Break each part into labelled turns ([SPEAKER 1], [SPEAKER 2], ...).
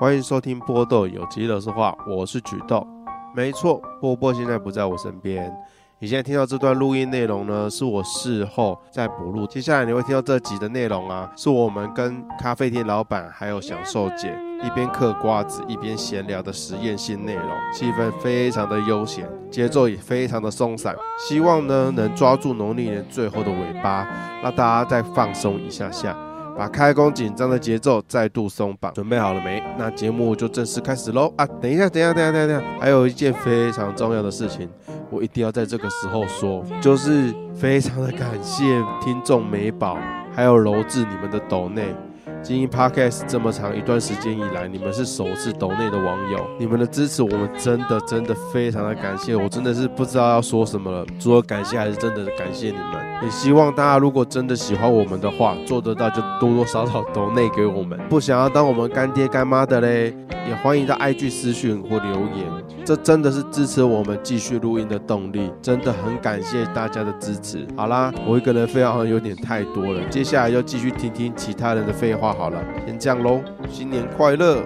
[SPEAKER 1] 欢迎收听波豆有机乐事话，我是举豆。没错，波波现在不在我身边。你现在听到这段录音内容呢，是我事后再补录。接下来你会听到这集的内容啊，是我们跟咖啡店老板还有享受姐一边嗑瓜子一边闲聊的实验性内容，气氛非常的悠闲，节奏也非常的松散。希望呢能抓住农历年最后的尾巴，让大家再放松一下下。把开工紧张的节奏再度松绑，准备好了没？那节目就正式开始喽！啊，等一下，等一下，等一下，等一下，等一下还有一件非常重要的事情，我一定要在这个时候说，就是非常的感谢听众美宝还有柔志你们的抖内。经营 Podcast 这么长一段时间以来，你们是首次抖内的网友，你们的支持我们真的真的非常的感谢，我真的是不知道要说什么了，除了感谢还是真的感谢你们。也希望大家如果真的喜欢我们的话，做得到就多多少少抖内给我们，不想要当我们干爹干妈的嘞，也欢迎到 IG 私讯或留言，这真的是支持我们继续录音的动力，真的很感谢大家的支持。好啦，我一个人废话好像有点太多了，接下来要继续听听其他人的废话好了，先这样喽，新年快乐！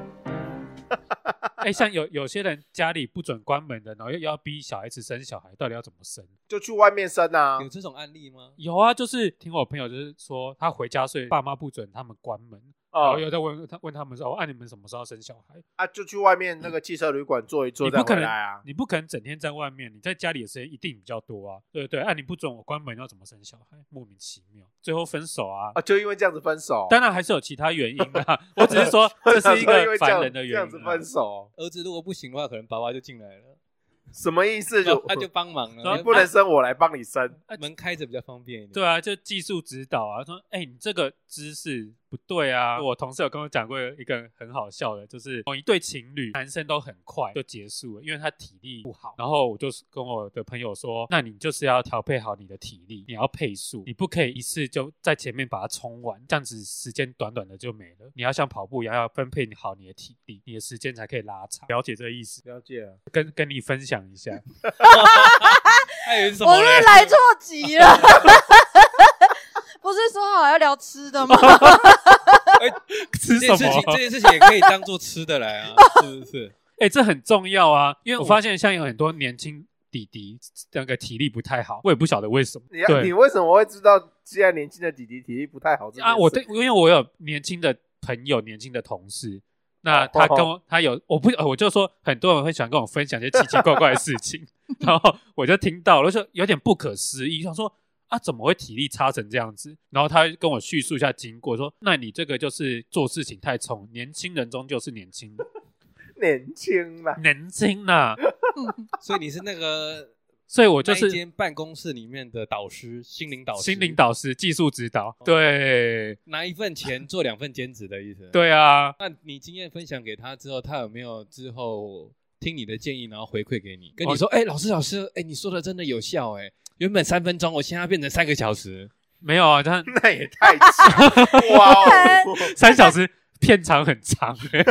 [SPEAKER 2] 哎、像有有些人家里不准关门的，然后又要逼小孩子生小孩，到底要怎么生？
[SPEAKER 3] 就去外面生啊
[SPEAKER 2] 嗯
[SPEAKER 4] 有。这种案例吗？
[SPEAKER 2] 有啊，就是听我朋友就是说，他回家睡，爸妈不准他们关门，然后
[SPEAKER 3] 哦
[SPEAKER 2] 又在问他问他们说，哦，啊，你们什么时候要生小孩？
[SPEAKER 3] 啊，就去外面那个汽车旅馆坐一坐
[SPEAKER 2] 你
[SPEAKER 3] 再
[SPEAKER 2] 不可
[SPEAKER 3] 回
[SPEAKER 2] 能
[SPEAKER 3] 来啊。
[SPEAKER 2] 你不可能整天在外面，你在家里的时间一定比较多啊，对不对？啊，你不准我关门，要怎么生小孩？莫名其妙，最后分手啊。
[SPEAKER 3] 啊，就因为这样子分手。
[SPEAKER 2] 当然还是有其他原因的、啊，我只是说这是一
[SPEAKER 3] 我想说因
[SPEAKER 2] 个
[SPEAKER 3] 为这
[SPEAKER 2] 烦
[SPEAKER 3] 样
[SPEAKER 2] 人的
[SPEAKER 3] 这
[SPEAKER 2] 原
[SPEAKER 3] 样子
[SPEAKER 2] 因啊、
[SPEAKER 3] 分手，
[SPEAKER 4] 儿子如果不行的话，可能爸爸就进来了，
[SPEAKER 3] 什么意思？就
[SPEAKER 4] 他就帮忙了，
[SPEAKER 2] 说
[SPEAKER 4] 就
[SPEAKER 3] 不能生，我来帮你生。
[SPEAKER 4] 门开着比较方便一点。
[SPEAKER 2] 对啊，就技术指导啊，说，哎、你这个姿势不对啊。我同事有跟我讲过一个很好笑的，就是某一对情侣，男生都很快就结束了，因为他体力不好。然后我就是跟我的朋友说，那你就是要调配好你的体力，你要配速，你不可以一次就在前面把它冲完，这样子时间短短的就没了。你要像跑步一样，要分配好你的体力，你的时间才可以拉长。了解这意思，
[SPEAKER 3] 了解。
[SPEAKER 2] 跟跟你分享一下。
[SPEAKER 4] 还以哎为是什
[SPEAKER 5] 我
[SPEAKER 4] 么
[SPEAKER 5] 是
[SPEAKER 4] 嘞
[SPEAKER 5] 不是来错集了？ 不是说好要聊吃 的吗？
[SPEAKER 2] 吃
[SPEAKER 4] 这
[SPEAKER 2] 什
[SPEAKER 4] 件事
[SPEAKER 2] 么
[SPEAKER 4] 情？，这件事情也可以当做吃的来啊， 是不是？
[SPEAKER 2] 哎、这很重要啊，因为我
[SPEAKER 3] 哦
[SPEAKER 2] 发现像有很多年轻弟弟那个体力不太好，我也不晓得为什么。
[SPEAKER 3] 你要你
[SPEAKER 2] 对
[SPEAKER 3] 为什么会知道现在年轻的弟弟体力不太好这件事？
[SPEAKER 2] 啊，我对，因为我有年轻的朋友、年轻的同事，
[SPEAKER 3] 哦
[SPEAKER 2] 那他跟我他有，我不呃我就说很多人会想跟我分享一些奇奇怪怪的事情， 然后我就听到了，我就有点不可思议，想说。啊，怎么会体力差成这样子？然后他跟我叙述一下经过，说：“那你这个就是做事情太冲，年轻人终究是年轻 人，
[SPEAKER 3] 年 轻啦。
[SPEAKER 2] 年轻呐、
[SPEAKER 4] 所以你是那个
[SPEAKER 2] 所以我就
[SPEAKER 4] 那
[SPEAKER 2] 是
[SPEAKER 4] 一间办公室里面的导师，心灵导师，
[SPEAKER 2] 心灵导师、技术指导，对
[SPEAKER 4] 拿一份钱做两份兼职的意思。，
[SPEAKER 2] 对啊，
[SPEAKER 4] 那你经验分享给他之后，他有没有之后听你的建议，然后回馈给你，
[SPEAKER 2] 哦
[SPEAKER 4] 跟你说，哎、老师老师，哎、你说的真的有效、哎，原本三分钟，我现在变成三个小时，
[SPEAKER 2] 没有啊， 他
[SPEAKER 3] 那也太 强哇哦！
[SPEAKER 2] 三小时片长很长、 欸，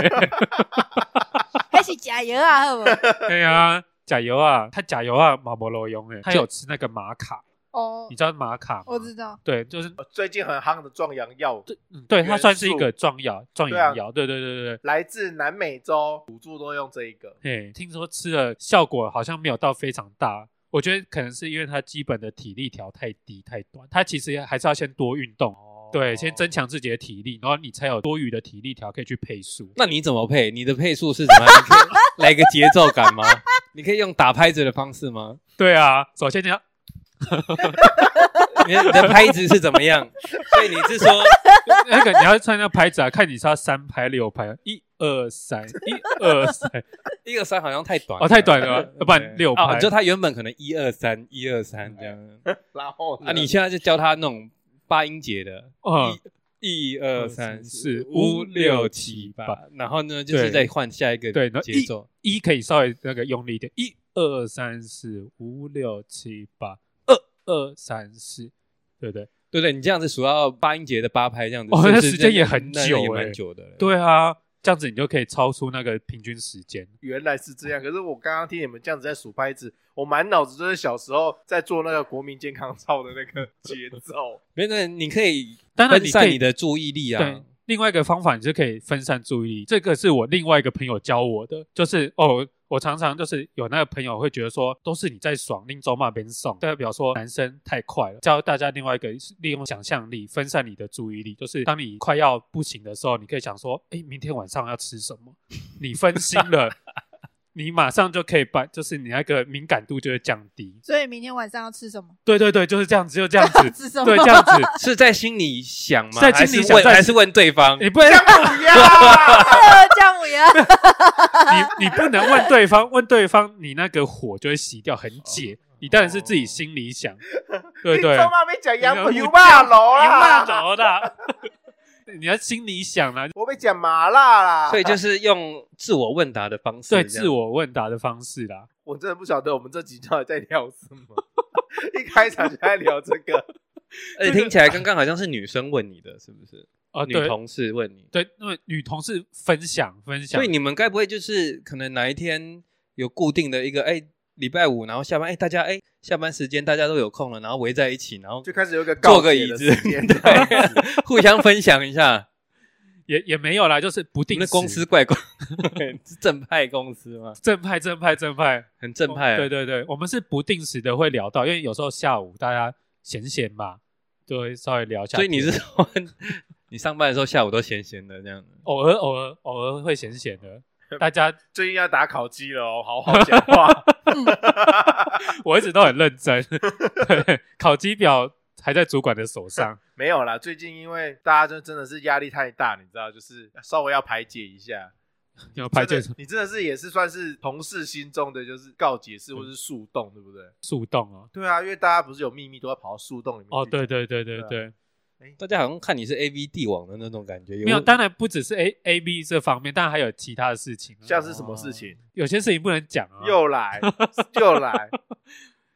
[SPEAKER 5] 还是加油啊，好不好？
[SPEAKER 2] 对啊，加油啊，他加油啊，马博罗用哎，他有吃那个玛卡，
[SPEAKER 5] 哦
[SPEAKER 2] 你，知道玛卡吗？
[SPEAKER 5] 我知道，
[SPEAKER 2] 对，就是
[SPEAKER 3] 最近很夯的壮阳药，
[SPEAKER 2] 嗯对，它
[SPEAKER 3] 元
[SPEAKER 2] 算是一
[SPEAKER 3] 素
[SPEAKER 2] 个壮药，壮
[SPEAKER 3] 对啊
[SPEAKER 2] 阳药，对对对对对。
[SPEAKER 3] 来自南美洲，辅助都用这一个。
[SPEAKER 2] 嘿，听说吃了效果好像没有到非常大，我觉得可能是因为他基本的体力条太低太短，他其实还是要先多运动，对，先增强自己的体力，然后你才有多余的体力条可以去配速。
[SPEAKER 4] 那你怎么配？你的配速是什么？你可以来个节奏感吗？你可以用打拍子的方式吗？
[SPEAKER 2] 对啊，首先你要
[SPEAKER 4] 你的你的拍子是怎么样？所以你是说，
[SPEAKER 2] 那个你要穿那拍子啊，看你是要三拍六拍，一二三，一二三，
[SPEAKER 4] 一二三好像太短
[SPEAKER 2] 哦太短了吧，要不然六
[SPEAKER 4] 啊、
[SPEAKER 2] 拍。
[SPEAKER 4] 就他原本可能一二三一二三这样
[SPEAKER 3] 然后呢
[SPEAKER 4] 啊，你现在就教他那种八音节的，
[SPEAKER 2] 嗯，
[SPEAKER 4] 一二
[SPEAKER 2] 三
[SPEAKER 4] 三
[SPEAKER 2] 四
[SPEAKER 4] 四
[SPEAKER 2] 五
[SPEAKER 4] 五
[SPEAKER 2] 六
[SPEAKER 4] 六
[SPEAKER 2] 七
[SPEAKER 4] 七
[SPEAKER 2] 八
[SPEAKER 4] 八，然后呢就是
[SPEAKER 2] 对
[SPEAKER 4] 再换下一个
[SPEAKER 2] 对，然后
[SPEAKER 4] 节奏。
[SPEAKER 2] 一一可以稍微那个用力一点，一二三四五六七八，二二三四，对不对？
[SPEAKER 4] 对对，你这样子数到八音节的八拍这样子，
[SPEAKER 2] 哦
[SPEAKER 4] 是不
[SPEAKER 2] 那
[SPEAKER 4] 是
[SPEAKER 2] 时间
[SPEAKER 4] 那
[SPEAKER 2] 也很
[SPEAKER 4] 那那
[SPEAKER 2] 久
[SPEAKER 4] 也
[SPEAKER 2] 欸
[SPEAKER 4] 蛮久的嘞。
[SPEAKER 2] 对啊，这样子你就可以超出那个平均时间。
[SPEAKER 3] 原来是这样，可是我刚刚听你们这样子在数拍子，我满脑子就是小时候在做那个国民健康操的那个节奏。
[SPEAKER 4] 没有，那你可以
[SPEAKER 2] 当然
[SPEAKER 4] 分
[SPEAKER 2] 你可
[SPEAKER 4] 散
[SPEAKER 2] 以
[SPEAKER 4] 你的注意力啊
[SPEAKER 2] 对。另外一个方法，你就可以分散注意力。这个是我另外一个朋友教我的，就是哦，我常常就是有那个朋友会觉得说，都是你在爽，另走马边送，代表说男生太快了。教大家另外一个利用想象力分散你的注意力，就是当你快要不行的时候，你可以想说，哎，明天晚上要吃什么？你分心了， 你马上就可以把，就是你那个敏感度就会降低。
[SPEAKER 5] 所以明天晚上要吃什么？
[SPEAKER 2] 对对对，就是这样子，就这样子，
[SPEAKER 5] 吃什么？
[SPEAKER 2] 对，这样子。
[SPEAKER 4] 是在心里想吗？
[SPEAKER 2] 在心里想
[SPEAKER 4] 还是问
[SPEAKER 2] 在
[SPEAKER 4] 还是问对方？
[SPEAKER 2] 你不能，
[SPEAKER 3] 不要，
[SPEAKER 5] 姜母鸭。
[SPEAKER 2] 你你不能问对方， 问对方你那个火就会熄掉，
[SPEAKER 4] 哦
[SPEAKER 2] 很解。你当然是自己心里 想，对不对？
[SPEAKER 3] 你他
[SPEAKER 2] 有
[SPEAKER 3] 妈没讲羊腿油霸楼
[SPEAKER 4] 啊
[SPEAKER 2] 骂
[SPEAKER 3] 啦，
[SPEAKER 2] 着的， 你要心里想啊，
[SPEAKER 3] 我被讲麻辣啦。
[SPEAKER 4] 所以就是用自我问答的方式，
[SPEAKER 2] 对
[SPEAKER 4] 这样
[SPEAKER 2] 自我问答的方式啦。
[SPEAKER 3] 我真的不晓得我们这集到底在聊什么，一开场就在聊这个。
[SPEAKER 4] 而且听起来刚刚好像是女生问你的，是不是？
[SPEAKER 2] 哦，
[SPEAKER 4] 女
[SPEAKER 2] 对
[SPEAKER 4] 同事问你，
[SPEAKER 2] 对，因为女同事分享分享
[SPEAKER 4] 所以，你们该不会就是可能哪一天有固定的一个哎，礼拜五，然后下班哎，大家哎下班时间大家都有空了，然后围在一起，然后
[SPEAKER 3] 就开始有一个
[SPEAKER 4] 坐
[SPEAKER 3] 告
[SPEAKER 4] 个
[SPEAKER 3] 解
[SPEAKER 4] 椅
[SPEAKER 3] 的
[SPEAKER 4] 子，
[SPEAKER 3] 时间，这样子
[SPEAKER 4] 对， 互相分享一下。
[SPEAKER 2] 也也没有啦，就是不
[SPEAKER 4] 你
[SPEAKER 2] 定
[SPEAKER 4] 们
[SPEAKER 2] 时
[SPEAKER 4] 公司 怪怪，是正派公司吗？
[SPEAKER 2] 正派正派正派
[SPEAKER 4] 很正派啊，
[SPEAKER 2] 哦对对对，我们是不定时的会聊到，因为有时候下午大家闲闲嘛，就会稍微聊一下
[SPEAKER 4] 所
[SPEAKER 2] 天。
[SPEAKER 4] 以你是说 你上班的时候下午都闲闲的这样子？
[SPEAKER 2] 偶尔偶尔偶尔会闲闲的， 大家
[SPEAKER 3] 最近要打烤鸡了哦，好好讲话。
[SPEAKER 2] 我一直都很认真。对，考绩表还在主管的手 上。
[SPEAKER 3] 没有啦，最近因为大家就真的是压力太大，你知道，就是稍微要排解一下。
[SPEAKER 2] 要排解
[SPEAKER 3] 真的你真的是也是算是同事心中的就是告解式或
[SPEAKER 2] 嗯
[SPEAKER 3] 是树洞，对不对？
[SPEAKER 2] 树洞哦。
[SPEAKER 3] 对啊，因为大家不是有秘密都要跑到树洞里面
[SPEAKER 2] 哦，
[SPEAKER 3] 去
[SPEAKER 2] 对对对对
[SPEAKER 3] 对啊
[SPEAKER 2] 对，
[SPEAKER 4] 大家好像看你是 A V 帝王的那种感觉，
[SPEAKER 2] 没有，当然不只是 A A B 这方面，当然还有其他的事情啊，
[SPEAKER 3] 像是什么事情、
[SPEAKER 2] 有些事情不能讲啊。
[SPEAKER 3] 又 来又来，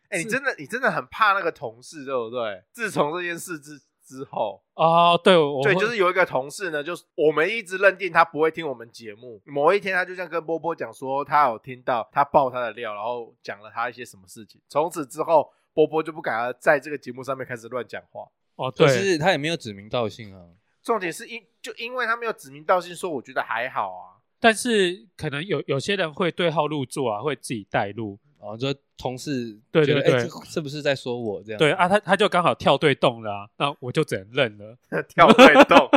[SPEAKER 3] 哎、你真的你真的很怕那个同事，对不对？自从这件事之之后，
[SPEAKER 2] 哦，对，我
[SPEAKER 3] 对，
[SPEAKER 2] 会
[SPEAKER 3] 就是有一个同事呢，就是我们一直认定他不会听我们节目。某一天，他就这样跟波波讲说，他有听到他爆他的料，然后讲了他一些什么事情。从此之后，波波就不敢在这个节目上面开始乱讲话。
[SPEAKER 2] 哦，
[SPEAKER 4] 可
[SPEAKER 2] 对，
[SPEAKER 4] 是他也没有指名道姓啊。
[SPEAKER 3] 重点是因就因为他没有指名道姓说，我觉得还好啊。
[SPEAKER 2] 但是可能有有些人会对号入座啊，会自己带路。
[SPEAKER 4] 然后哦就同事
[SPEAKER 2] 对
[SPEAKER 4] 觉得
[SPEAKER 2] 对
[SPEAKER 4] 哎
[SPEAKER 2] 对
[SPEAKER 4] 这是不是在说我这样？
[SPEAKER 2] 对，啊，他他就刚好跳对洞了啊，那我就只能认了。
[SPEAKER 3] 跳对洞，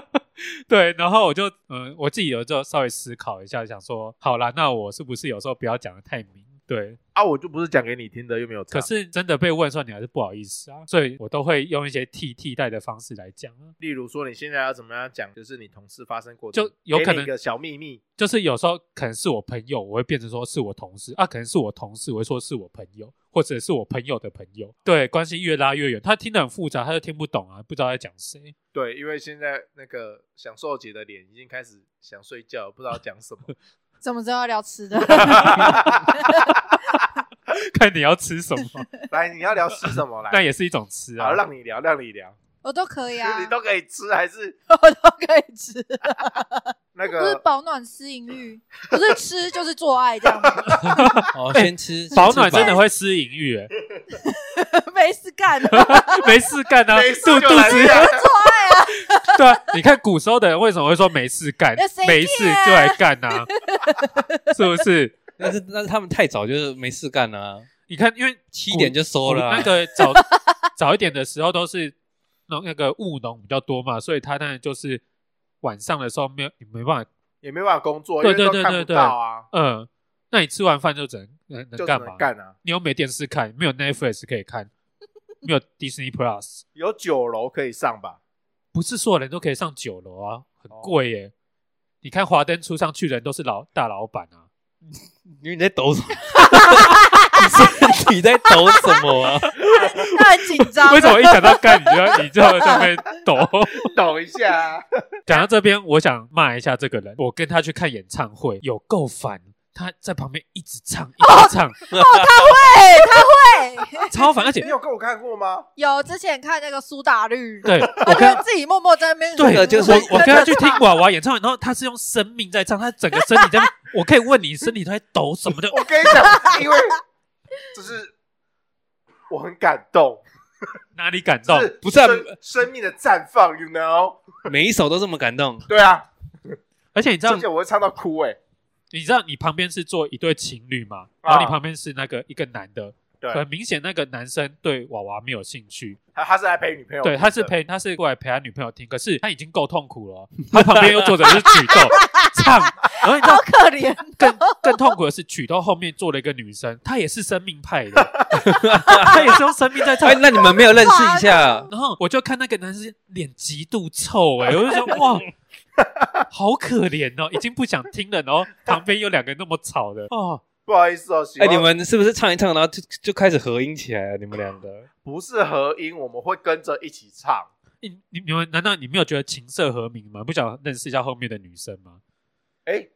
[SPEAKER 2] 对，然后我就嗯，我自己有时候稍微思考一下，想说，好啦，那我是不是有时候不要讲的太明？对，
[SPEAKER 3] 啊，我就不是讲给你听的，又没有差。
[SPEAKER 2] 可是真的被问的时候，你还是不好意思啊，所以我都会用一些替替代的方式来讲啊。
[SPEAKER 3] 例如说，你现在要怎么样讲，就是你同事发生过的，
[SPEAKER 2] 就有可能
[SPEAKER 3] 给你一个小秘密，
[SPEAKER 2] 就是有时候可能是我朋友，我会变成说是我同事啊，可能是我同事，我会说是我朋友，或者是我朋友的朋友。对，关系越拉越远，他听得很复杂，他就听不懂啊，不知道在讲谁。
[SPEAKER 3] 对，因为现在那个享受姐的脸已经开始想睡觉，不知道讲什么。
[SPEAKER 5] 怎么知道要聊吃的？
[SPEAKER 2] 看你要吃什 么，
[SPEAKER 3] 来，你要聊吃什么？来，
[SPEAKER 2] 那也是一种吃
[SPEAKER 3] 好，
[SPEAKER 2] 啊。
[SPEAKER 3] 让你聊，让你聊，
[SPEAKER 5] 我都可以啊，
[SPEAKER 3] 你都可以吃，还是
[SPEAKER 5] 我都可以吃，
[SPEAKER 3] 那
[SPEAKER 5] 不是
[SPEAKER 3] 个
[SPEAKER 5] 保暖私淫欲，不是吃就是做爱这样吗？
[SPEAKER 4] 哦，先吃
[SPEAKER 2] 哎保暖真的
[SPEAKER 4] 会
[SPEAKER 2] 会失淫欲、欸，
[SPEAKER 5] 没事干，
[SPEAKER 2] 没事干啊，
[SPEAKER 3] 没事
[SPEAKER 2] 肚
[SPEAKER 3] 就
[SPEAKER 2] 肚
[SPEAKER 3] 来
[SPEAKER 2] 子
[SPEAKER 3] 聊
[SPEAKER 2] 对啊，你看古时候的人为什么会说没事干
[SPEAKER 5] 那谁，
[SPEAKER 2] 没事就来干呐、是不是？
[SPEAKER 4] 但是但是他们太早就是没事干啊，
[SPEAKER 2] 你看，因为
[SPEAKER 4] 七点就收了啊、
[SPEAKER 2] 那个早早一点的时候都是那那个务农比较多嘛，所以他当然就是晚上的时候没有你没办法，
[SPEAKER 3] 也没办法工作，因
[SPEAKER 2] 对
[SPEAKER 3] 为都
[SPEAKER 2] 对对
[SPEAKER 3] 看
[SPEAKER 2] 对
[SPEAKER 3] 不
[SPEAKER 2] 对
[SPEAKER 3] 到啊，
[SPEAKER 2] 嗯，那你吃完饭就只能呃能能
[SPEAKER 3] 就只
[SPEAKER 2] 干嘛
[SPEAKER 3] 能？干啊。
[SPEAKER 2] 你又没电视看，没有 Netflix 可以看，没有 Disney Plus，
[SPEAKER 3] 有酒楼可以上吧？
[SPEAKER 2] 不是所有人都可以上九楼啊，很贵耶、你看华灯初上去的人都是老大老板啊，
[SPEAKER 4] 因为你在抖什么？你身体在抖什么啊？
[SPEAKER 5] 他很紧张。啊
[SPEAKER 2] 为 什么一讲到干你就要你就要就会抖？
[SPEAKER 3] 抖一下啊，
[SPEAKER 2] 讲到这边，我想骂一下这个人。我跟他去看演唱会，有够烦。他在旁边一直唱，一直唱，
[SPEAKER 4] 哦
[SPEAKER 5] 对，哎他会
[SPEAKER 2] 超烦。而
[SPEAKER 3] 你
[SPEAKER 2] 且，
[SPEAKER 3] 有跟我看过吗？
[SPEAKER 5] 有之前看那个苏打绿，
[SPEAKER 2] 对
[SPEAKER 5] 他
[SPEAKER 2] 我
[SPEAKER 5] 就
[SPEAKER 2] 跟
[SPEAKER 5] 会自己默默在那边。
[SPEAKER 4] 对
[SPEAKER 5] 嗯
[SPEAKER 4] 就是
[SPEAKER 2] 我我跟他去听娃娃演唱会，然后他是用生命在唱，他整个身体在那边，我可以问你身体都在抖 什么的。
[SPEAKER 3] 我跟你讲，因为就是我很感动，
[SPEAKER 2] 哪里感动
[SPEAKER 3] 这？是
[SPEAKER 4] 不是啊
[SPEAKER 3] 生生命的绽放，you know？
[SPEAKER 4] 每一首都这么感动。
[SPEAKER 3] 对啊，
[SPEAKER 2] 而且你知道
[SPEAKER 3] 而且我会唱到哭哎、
[SPEAKER 2] 你知道你旁边是坐一对情侣嘛，
[SPEAKER 3] 啊
[SPEAKER 2] 然后你旁边是那个一个男的，
[SPEAKER 3] 对
[SPEAKER 2] 很明显那个男生对娃娃没有兴趣，
[SPEAKER 3] 他他是来陪女朋友，
[SPEAKER 2] 对，他是，陪他是过来陪他女朋友听，可是他已经够痛苦了哦，他旁边又坐着是曲豆唱，然后你知
[SPEAKER 5] 好
[SPEAKER 2] 道
[SPEAKER 5] 可怜。
[SPEAKER 2] 更更痛苦的是曲豆后面坐了一个女生，她也是生命派的，她也是用生命在唱
[SPEAKER 4] 哎，。那你们没有认识一下？
[SPEAKER 2] 然后我就看那个男生脸极度臭、哎，我就说哇，好可怜哦，已经不想听了，然后旁边有两个那么吵的，哦，
[SPEAKER 3] 不好意思哦，喜
[SPEAKER 4] 哎，
[SPEAKER 3] 欢
[SPEAKER 4] 你们是不是唱一唱，然后就就开始合音起来了？啊你们两个
[SPEAKER 3] 不是合音，我们会跟着一起唱。
[SPEAKER 2] 你你你们难道你没有觉得琴瑟和鸣吗？不想认识一下后面的女生吗？
[SPEAKER 3] 哎、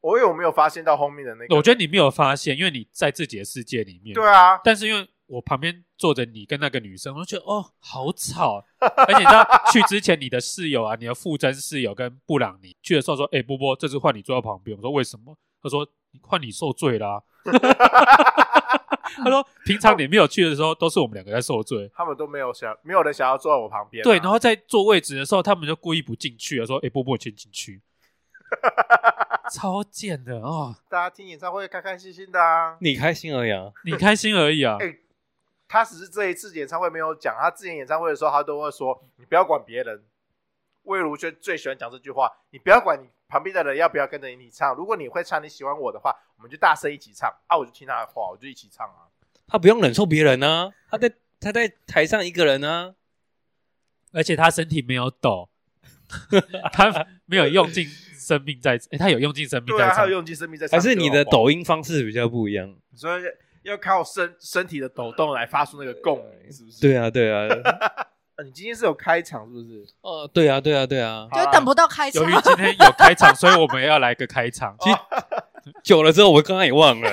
[SPEAKER 3] 我有没有发现到后面的那个？
[SPEAKER 2] 我觉得你没有发现，因为你在自己的世界里面。
[SPEAKER 3] 对。啊，
[SPEAKER 2] 但是因为我旁边坐着你跟那个女生，我就觉得哦，好吵。 而且你知道，去之前你的室友啊，你的傅真室友跟布朗尼去的时候说：“哎、波波，这次换你坐在旁边。”我说：“为什么？”他说：“换你受罪啦、 他说：“平常你没有去的时候，都是我们两个在受罪。”
[SPEAKER 3] 他们都没有想，没有人想要坐在我旁边啊、
[SPEAKER 2] 对，然后在坐位置的时候，他们就故意不进去了，说：“哎、波波，请进去。”超贱的哦，
[SPEAKER 3] 大家听演唱会开开心心的啊。
[SPEAKER 4] 你开心而已啊。
[SPEAKER 2] 你开心而已啊！
[SPEAKER 3] 哎他只是这一次演唱会没有讲，他之前演唱会的时候，他都会说：“你不要管别人。”魏如萱最喜欢讲这句话：“你不要管你旁边的人要不要跟着你唱，如果你会唱，你喜欢我的话，我们就大声一起唱啊！”我就听他的话，我就一起唱啊。
[SPEAKER 4] 他不用忍受别人啊，他在他在台上一个人啊，
[SPEAKER 2] 而且他身体没有抖， 他没有用尽生命在，哎、他有用尽生命
[SPEAKER 3] 对
[SPEAKER 2] 在
[SPEAKER 3] 啊，他
[SPEAKER 2] 唱
[SPEAKER 3] 有。用尽生命在唱
[SPEAKER 4] 还
[SPEAKER 3] 歌。
[SPEAKER 4] 是你的
[SPEAKER 3] 好不好，
[SPEAKER 4] 抖音方式比较不一样？
[SPEAKER 3] 你说要靠身身体的抖动来发出那个共鸣，是不是？
[SPEAKER 4] 对啊，对啊，
[SPEAKER 3] 啊，你今天是有开场是不是？
[SPEAKER 4] 哦，对啊，对啊，对啊。
[SPEAKER 3] 好
[SPEAKER 5] 就
[SPEAKER 3] 啦
[SPEAKER 5] 等不到开场
[SPEAKER 2] 由于，今天有开 场，所以我们要来个开场。其实
[SPEAKER 4] 久了之后，我刚刚也忘了。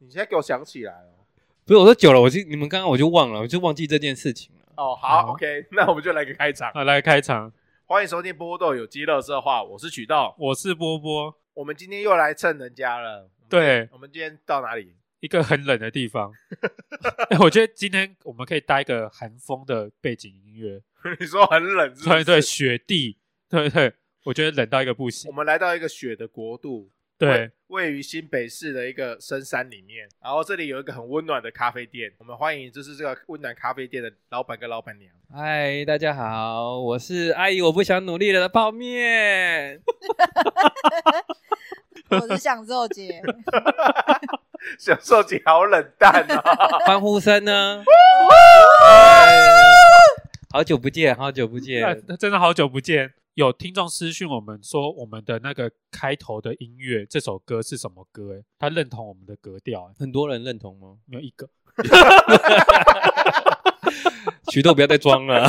[SPEAKER 3] 你现在给我想起来哦了。
[SPEAKER 4] 不是，我说久了，我就你们刚刚我就忘了，我就忘记这件事情了。
[SPEAKER 3] 哦，好
[SPEAKER 2] 好
[SPEAKER 3] o k 那我们就来个开场。
[SPEAKER 2] 啊，来开场，
[SPEAKER 3] 欢迎收听波豆有机乐色话，我是曲道。
[SPEAKER 2] 我是波波，
[SPEAKER 3] 我们今天又来蹭人家了。
[SPEAKER 2] 对
[SPEAKER 3] 我们今天到哪里？
[SPEAKER 2] 一个很冷的地方。哎我觉得今天我们可以搭一个寒风的背景音乐，
[SPEAKER 3] 你说很冷是不
[SPEAKER 2] 对
[SPEAKER 3] 是，
[SPEAKER 2] 对，雪地，对对，我觉得冷到一个不行
[SPEAKER 3] 我。们来到一个雪的国度，
[SPEAKER 2] 对
[SPEAKER 3] 位，，位于新北市的一个深山里面。然后这里有一个很温暖的咖啡店，我们欢迎就是这个温暖咖啡店的老板跟老板娘。
[SPEAKER 4] 嗨，大家好，我是阿姨，我不想努力了的泡面。
[SPEAKER 5] 我是享受姐，
[SPEAKER 3] 享受姐好冷淡 啊！
[SPEAKER 4] 欢呼声 呢？哎好久不见，好久不
[SPEAKER 2] 那
[SPEAKER 4] 见。
[SPEAKER 2] 那真的好久不见。有听众私讯我们说，我们的那个开头的音乐这首歌是什么歌？哎，他认同我们的格调，哎，
[SPEAKER 4] 很多人认同吗？
[SPEAKER 2] 没有一个。
[SPEAKER 4] 曲豆不要再装了，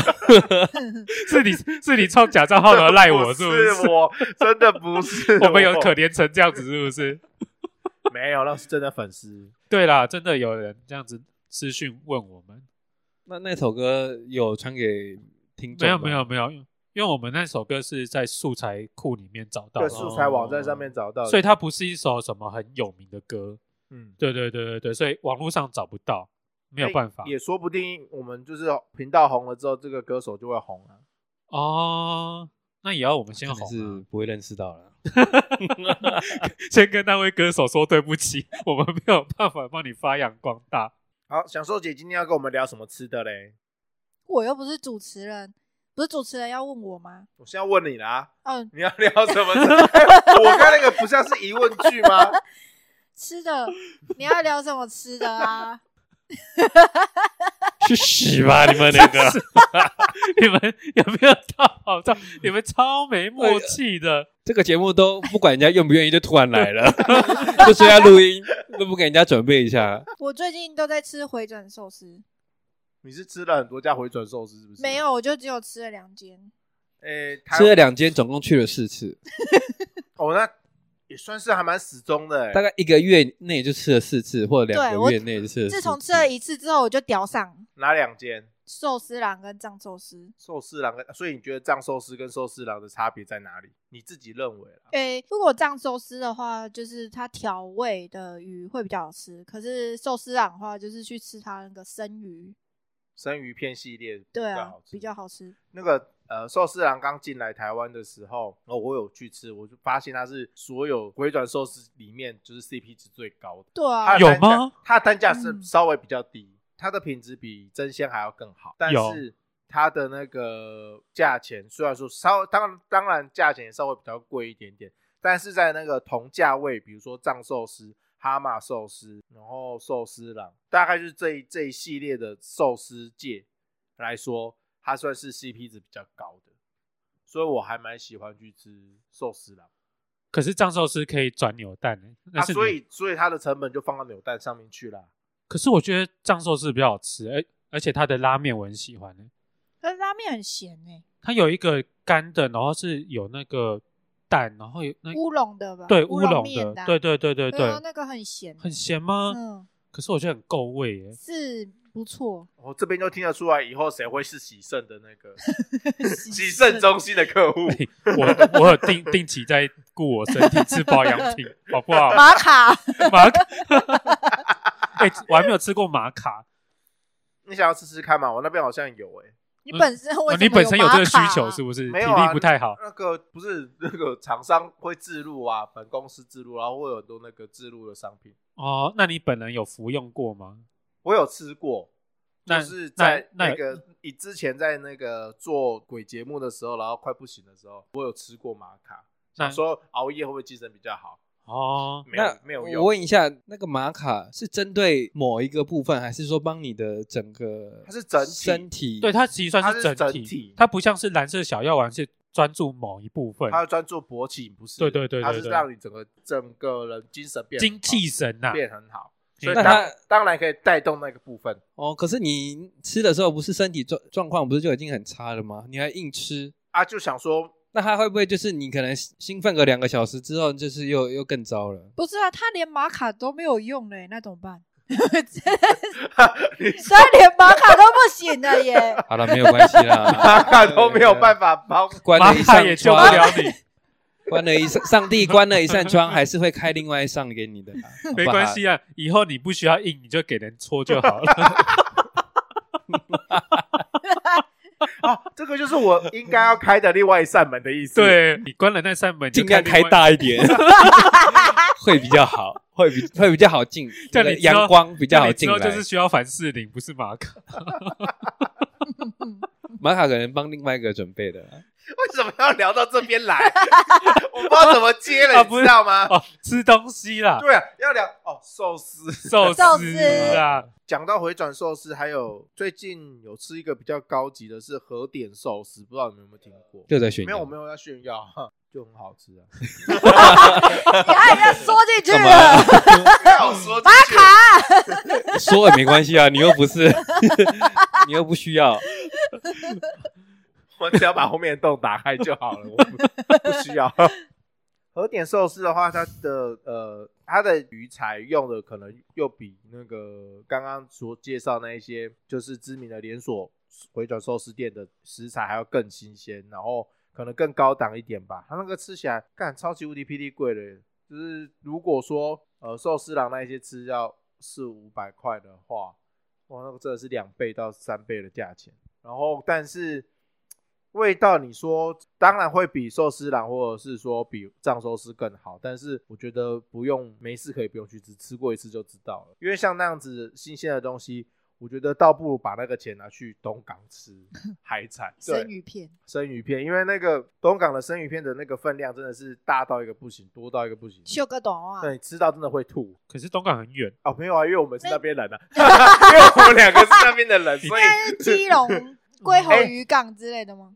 [SPEAKER 2] 是你是你创假账号然后赖我是
[SPEAKER 3] 不
[SPEAKER 2] 不是？
[SPEAKER 3] 我，真的不是
[SPEAKER 2] 我们有可怜成这样子是不是？
[SPEAKER 3] 没有？那是真的粉丝。
[SPEAKER 2] 对啦，真的有人这样子私讯问我们，
[SPEAKER 4] 那那首歌有传给听众？
[SPEAKER 2] 没有没有。没有，因为我们那首歌是在素材库里面 找到
[SPEAKER 3] 对
[SPEAKER 2] 的，
[SPEAKER 3] 素材网站上面找到的，
[SPEAKER 2] 所以它不是一首什么很有名的歌。
[SPEAKER 3] 嗯，
[SPEAKER 2] 对对对对对，所以网络上找不到，没有办法。
[SPEAKER 3] 哎也说不定我们就是哦频道红了之后，这个歌手就会红啊了。
[SPEAKER 2] 哦，那也要我们先
[SPEAKER 4] 真的
[SPEAKER 2] 红、
[SPEAKER 4] 是
[SPEAKER 2] 啊，
[SPEAKER 4] 不会认识到了。
[SPEAKER 2] 先跟那位歌手说对不起，我们没有办法帮你发扬光大。
[SPEAKER 3] 好，享受姐今天要跟我们聊什么吃的嘞？
[SPEAKER 5] 我又不是主持人，不是主持人要问我吗？
[SPEAKER 3] 我现在问你啦，
[SPEAKER 5] 嗯，
[SPEAKER 3] 你要聊什 么吃？哎我刚那个不像是疑问句吗？
[SPEAKER 5] 吃的，你要聊什么吃的啊？
[SPEAKER 4] 去死吧，你们两个！
[SPEAKER 2] 你们有没有到好照？你们超没
[SPEAKER 4] 哎
[SPEAKER 2] 默契的。
[SPEAKER 4] 这个节目都不管人家愿不愿意，就突然来了， 就说要录音，都不给人家准备一下。
[SPEAKER 5] 我最近都在吃回转寿司，
[SPEAKER 3] 你是吃了很多家回转寿司是不是？
[SPEAKER 5] 没，有，我就只有吃了两间。
[SPEAKER 3] 诶、台
[SPEAKER 4] 吃了两间，总共去了四次，
[SPEAKER 3] 哦，那也算是还蛮始终的、欸
[SPEAKER 4] 大
[SPEAKER 3] 概
[SPEAKER 4] 概一个月内就吃了四次，或者两
[SPEAKER 5] 对
[SPEAKER 4] 个
[SPEAKER 5] 我
[SPEAKER 4] 月内就吃了四次。
[SPEAKER 5] 自从吃了一次之后，我就屌上。
[SPEAKER 3] 哪两间？
[SPEAKER 5] 寿司郎跟藏寿司。
[SPEAKER 3] 寿司郎跟，所以你觉得藏寿司跟寿司郎的差别在哪里？你自己认为啦？
[SPEAKER 5] 诶、如果藏寿司的话，就是它调味的鱼会比较好吃，可是寿司郎的话，就是去吃它那个生鱼，
[SPEAKER 3] 生鱼片系列
[SPEAKER 5] 对
[SPEAKER 3] 比较
[SPEAKER 5] 啊
[SPEAKER 3] 好，吃
[SPEAKER 5] 比较好吃。
[SPEAKER 3] 那个呃，寿司郎刚进来台湾的时候，哦，我有去吃，我就发现它是所有回转寿司里面就是 CP 值最高的。
[SPEAKER 5] 对啊
[SPEAKER 3] 它，的单价
[SPEAKER 2] 有吗？
[SPEAKER 3] 它的单价是
[SPEAKER 5] 嗯
[SPEAKER 3] 稍微比较低，它的品质比真鲜还要更好，但
[SPEAKER 2] 有
[SPEAKER 3] 是它的那个价钱虽然说稍当然当然价钱也稍微比较贵一点点，但是在那个同价位，比如说藏寿司、哈马寿司，然后寿司郎，大概就是这一这一系列的寿司界来说，它算是 CP 值比较高的，所以我还蛮喜欢去吃寿司郎。
[SPEAKER 2] 可是藏寿司可以转扭蛋、欸，那
[SPEAKER 3] 啊，
[SPEAKER 2] 是你
[SPEAKER 3] 所以所以它的成本就放到扭蛋上面去啦。
[SPEAKER 2] 可是我觉得藏寿司比较好吃，而而且它的拉面我很喜欢、欸，
[SPEAKER 5] 可是拉面很咸诶、
[SPEAKER 2] 它有一个干的，然后是有那个蛋，然后有那
[SPEAKER 5] 乌龙的吧？
[SPEAKER 2] 对
[SPEAKER 5] 乌
[SPEAKER 2] 乌
[SPEAKER 5] 龙
[SPEAKER 2] 龙
[SPEAKER 5] 面的
[SPEAKER 2] 的，
[SPEAKER 5] 啊
[SPEAKER 2] 对对对对
[SPEAKER 5] 对啊
[SPEAKER 2] 对，
[SPEAKER 5] 那个很咸
[SPEAKER 2] 很咸吗？
[SPEAKER 5] 嗯，
[SPEAKER 2] 可是我觉得很够味耶、
[SPEAKER 5] 是不 错。
[SPEAKER 3] 我、哦这边就听得出来，以后谁会是喜盛的 那个喜
[SPEAKER 5] 喜
[SPEAKER 3] 盛中心的客户？
[SPEAKER 2] 我我有定定期在顾我身体吃保养品，好不好？
[SPEAKER 5] 玛卡，
[SPEAKER 2] 玛卡， 哎、我还没有吃过玛卡，
[SPEAKER 3] 你想要吃吃看吗？我那边好像有欸诶、
[SPEAKER 5] 你本身为
[SPEAKER 2] 哦
[SPEAKER 5] 什么
[SPEAKER 2] 你本身有
[SPEAKER 5] 玛
[SPEAKER 2] 这个需
[SPEAKER 5] 卡
[SPEAKER 2] 求
[SPEAKER 5] 啊
[SPEAKER 2] 是不是？
[SPEAKER 3] 没
[SPEAKER 2] 体
[SPEAKER 3] 有啊
[SPEAKER 2] 力不太好，
[SPEAKER 3] 那个不是那个厂商会自录啊，本公司自录，然后会有很多那个自录的商品。
[SPEAKER 2] 哦，那你本人有服用过吗？
[SPEAKER 3] 我有吃过，就
[SPEAKER 2] 那
[SPEAKER 3] 是
[SPEAKER 2] 那
[SPEAKER 3] 在
[SPEAKER 2] 那
[SPEAKER 3] 那个你之前在那个做鬼节目的时候，然后快不行的时候，我有吃过玛卡，
[SPEAKER 2] 那
[SPEAKER 3] 想说熬夜会不会精神比较好？
[SPEAKER 2] 哦，
[SPEAKER 3] 没有
[SPEAKER 4] 那
[SPEAKER 3] 没有
[SPEAKER 4] 我
[SPEAKER 3] 用，
[SPEAKER 4] 问一下，那个玛卡是针对某一个部分，还是说帮你的整个？
[SPEAKER 3] 它是整体
[SPEAKER 4] 身体，
[SPEAKER 2] 对，它其实
[SPEAKER 3] 它
[SPEAKER 2] 算
[SPEAKER 3] 是
[SPEAKER 2] 整
[SPEAKER 3] 整体
[SPEAKER 2] 体，它不像是蓝色小药丸是专注某一部分，
[SPEAKER 3] 它 要专注勃起，不是？
[SPEAKER 2] 对对对对
[SPEAKER 3] 它是
[SPEAKER 2] 对
[SPEAKER 3] 让你整个整个人精神变
[SPEAKER 2] 精气
[SPEAKER 3] 神。
[SPEAKER 2] 神呐、
[SPEAKER 3] 变很好，
[SPEAKER 2] 嗯
[SPEAKER 3] 所以
[SPEAKER 4] 那
[SPEAKER 3] 当
[SPEAKER 4] 它
[SPEAKER 3] 当然可以带动那个部分。
[SPEAKER 4] 哦。可是你吃的时候，不是身体状状况不是就已经很差了吗？你还硬吃，
[SPEAKER 3] 啊，就想说
[SPEAKER 4] 那他会不会就是你可能兴奋个两个小时之后，就是又又更糟了？
[SPEAKER 5] 不是啊，他连玛卡都没有用嘞，那怎么 办？
[SPEAKER 3] 你
[SPEAKER 5] 他连玛卡都不行了耶！
[SPEAKER 4] 好了，没有关系啦，
[SPEAKER 3] 玛卡都没有办法帮，
[SPEAKER 4] 关
[SPEAKER 2] 玛
[SPEAKER 4] 了一
[SPEAKER 2] 卡
[SPEAKER 4] 扇
[SPEAKER 2] 也救不了
[SPEAKER 4] 窗，
[SPEAKER 2] 你，
[SPEAKER 4] 关了一扇，上帝关了一扇窗，还是会开另外一扇给你的 啦，好不好
[SPEAKER 2] 没关。系啊，以后你不需要硬，你就给人搓就好 了。
[SPEAKER 3] 啊， 这个就是我应该要开的另外一扇门的意思。，
[SPEAKER 2] 对你关了那扇门，你就
[SPEAKER 4] 尽量
[SPEAKER 2] 看另
[SPEAKER 4] 开
[SPEAKER 2] 外，
[SPEAKER 4] 大一点， 会比较好，会比会比较好进，
[SPEAKER 2] 这
[SPEAKER 4] 这
[SPEAKER 2] 样
[SPEAKER 4] 个
[SPEAKER 2] 你知道
[SPEAKER 4] 阳光比
[SPEAKER 2] 这
[SPEAKER 4] 较
[SPEAKER 2] 样
[SPEAKER 4] 好
[SPEAKER 2] 你之
[SPEAKER 4] 进
[SPEAKER 2] 后
[SPEAKER 4] 来。
[SPEAKER 2] 就是需要凡士林，不是玛卡。
[SPEAKER 4] 玛卡可能帮另外一个准备的啦，
[SPEAKER 3] 为什么要聊到这边 来？我不知道怎么接了，
[SPEAKER 2] 啊
[SPEAKER 3] 你
[SPEAKER 2] 不是
[SPEAKER 3] 知道吗？
[SPEAKER 2] 哦，吃东西啦，
[SPEAKER 3] 对啊，要聊哦，寿司。
[SPEAKER 2] 寿
[SPEAKER 5] 寿
[SPEAKER 2] 司
[SPEAKER 5] 司
[SPEAKER 2] 啊，
[SPEAKER 3] 讲到回转寿司，还有最近有吃一个比较高级的是和点寿司，不知道你们有没有听过？
[SPEAKER 4] 就在选。
[SPEAKER 3] 没有，我没有要炫耀，哈就很好 吃啊。
[SPEAKER 5] 你害人家说进去
[SPEAKER 4] 干
[SPEAKER 5] 了，
[SPEAKER 4] 嘛？
[SPEAKER 3] 不要说玛卡。
[SPEAKER 4] 说也没关系啊，你又不是， 你又不需要。
[SPEAKER 3] 我只要把后面的洞打开就好了，我不不需要。和点寿司的话，它的呃，它的鱼材用的可能又比那个刚刚所介绍那一些就是知名的连锁回转寿司店的食材还要更新鲜，然后可能更高档一点吧。它那个吃起来干超级无敌霹雳贵的耶，就是如果说呃寿司郎那一些吃要四五百块的话，哇，那个真的是两倍到三倍的价钱。然后，但是味道，你说当然会比寿司郎或者是说比藏寿司更好，但是我觉得不用没事可以不用去吃，吃过一次就知道了。因为像那样子新鲜的东西，我觉得倒不如把那个钱拿去东港 吃海产，对
[SPEAKER 5] 生鱼片。
[SPEAKER 3] 生鱼片，因为那个东港的生鱼片的那个分量真的是大到一个不行，多到一个不行，
[SPEAKER 5] 秀个短啊袜，
[SPEAKER 3] 对，你吃到真的会吐。
[SPEAKER 2] 可是东港很远，
[SPEAKER 3] 哦，没有啊，因为我们是那边人啊， 因为我们两个是那边的 人，所以
[SPEAKER 5] 是 基隆龟
[SPEAKER 3] 哎
[SPEAKER 5] 吼渔港之类的吗？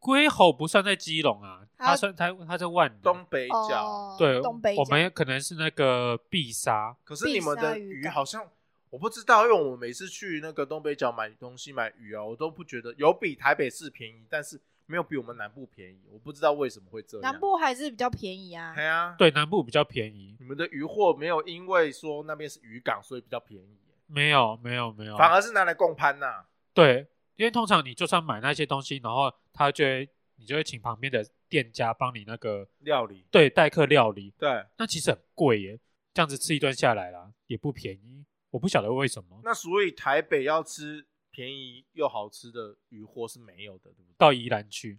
[SPEAKER 2] 龟吼不算在基隆啊，
[SPEAKER 5] 它
[SPEAKER 2] 它算它它在万里
[SPEAKER 3] 东北角。
[SPEAKER 5] 哦，
[SPEAKER 2] 对，
[SPEAKER 5] 东北角
[SPEAKER 2] 我们可能是那个必杀，
[SPEAKER 3] 可是你们
[SPEAKER 5] 必杀
[SPEAKER 3] 的
[SPEAKER 5] 鱼
[SPEAKER 3] 鱼
[SPEAKER 5] 干
[SPEAKER 3] 好像我不知道，因为我每次去那个东北角买东西买鱼啊，我都不觉得有比台北市便宜，但是没有比我们南部便宜，我不知道为什么会这样。
[SPEAKER 5] 南部还是比较便宜啊
[SPEAKER 3] 哎。呀、
[SPEAKER 2] 对，南部比较便宜。
[SPEAKER 3] 你们的鱼货没有因为说那边是渔港所以比较便宜，
[SPEAKER 2] 没有，没有，没有，
[SPEAKER 3] 反而是拿来供攀呐、
[SPEAKER 2] 对，因为通常你就算买那些东西，然后他就会你就会请旁边的店家帮你那个
[SPEAKER 3] 料理，
[SPEAKER 2] 对代客料理，
[SPEAKER 3] 对，
[SPEAKER 2] 那其实很贵耶，这样子吃一顿下来啦，也不便宜。我不晓得为什么，
[SPEAKER 3] 那所以台北要吃便宜又好吃的鱼货是没有的，对不对？
[SPEAKER 2] 到宜兰去，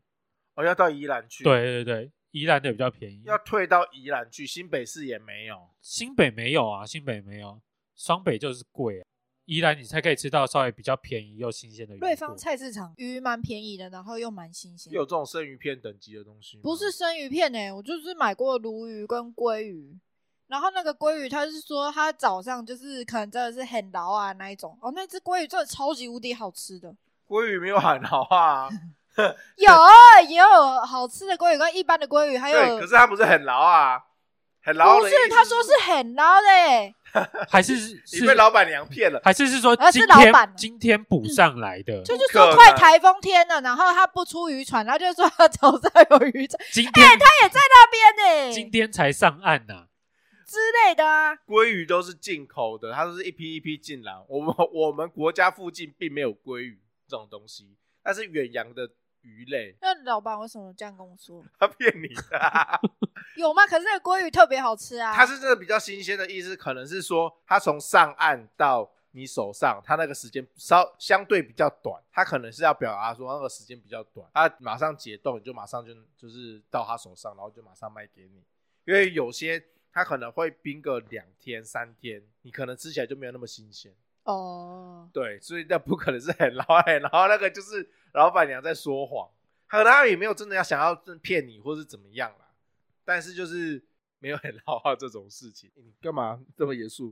[SPEAKER 3] 哦，要到宜兰去，，
[SPEAKER 2] 对对对，宜兰的比较便宜。
[SPEAKER 3] 要退到宜兰去，新北市也没有。
[SPEAKER 2] 新北没有啊，新北没有，双北就是贵、啊。宜兰你才可以吃到稍微比较便宜又新鲜的鱼货。
[SPEAKER 5] 瑞芳菜市场鱼蛮便宜的，然后又蛮新鲜。
[SPEAKER 3] 有这种生鱼片等级的东西吗？
[SPEAKER 5] 不是生鱼片诶、欸我就是买过鲈鱼跟鲑鱼，然后那个鲑鱼他是说他早上就是可能真的是很劳啊那一种，哦，那只鲑鱼真的超级无敌好吃的，
[SPEAKER 3] 鲑鱼没有很好啊，
[SPEAKER 5] 有啊也有好吃的鲑鱼跟一般的鲑鱼，还有
[SPEAKER 3] 对，可是它不是很牢啊，很牢
[SPEAKER 5] 不
[SPEAKER 3] 的
[SPEAKER 5] 是
[SPEAKER 3] 意思
[SPEAKER 5] 他说是很捞的、欸，
[SPEAKER 2] 还是 是
[SPEAKER 3] 你被老板娘骗了，
[SPEAKER 2] 还是是说
[SPEAKER 5] 啊是
[SPEAKER 2] 今
[SPEAKER 5] 老
[SPEAKER 2] 天
[SPEAKER 5] 板
[SPEAKER 2] 今天补上来的，
[SPEAKER 5] 就就
[SPEAKER 3] 可
[SPEAKER 5] 说
[SPEAKER 3] 能
[SPEAKER 5] 快台风天了，然后他不出渔船，他就说他早上有渔船，
[SPEAKER 2] 今天、
[SPEAKER 5] 哎、他也在那边呢、欸
[SPEAKER 2] 今天才上岸呐、
[SPEAKER 5] 之类的啊。
[SPEAKER 3] 鲑鱼都是进口的，它都是一批一批进来。我们我们国家附近并没有鲑鱼这种东西，那是远洋的鱼类。
[SPEAKER 5] 那老板为什么这样跟我说？
[SPEAKER 3] 他骗你的啊、
[SPEAKER 5] 有吗？可是那个鲑鱼特别好吃啊。
[SPEAKER 3] 他是这个比较新鲜的意思，可能是说他从上岸到你手上，他那个时间稍相对比较短，他可能是要表达说那个时间比较短，他马上解冻，你就马上就就是到他手上，然后就马上卖给你。因为有些他可能会冰个两天三天，你可能吃起来就没有那么新鲜。
[SPEAKER 5] 哦，
[SPEAKER 3] 对，所以那不可能是很老很老，那个就是老板娘在说谎，可能他也没有真的要想要骗你或是怎么样啦，但是就是没有很老啊这种事情。你干嘛这么严肃？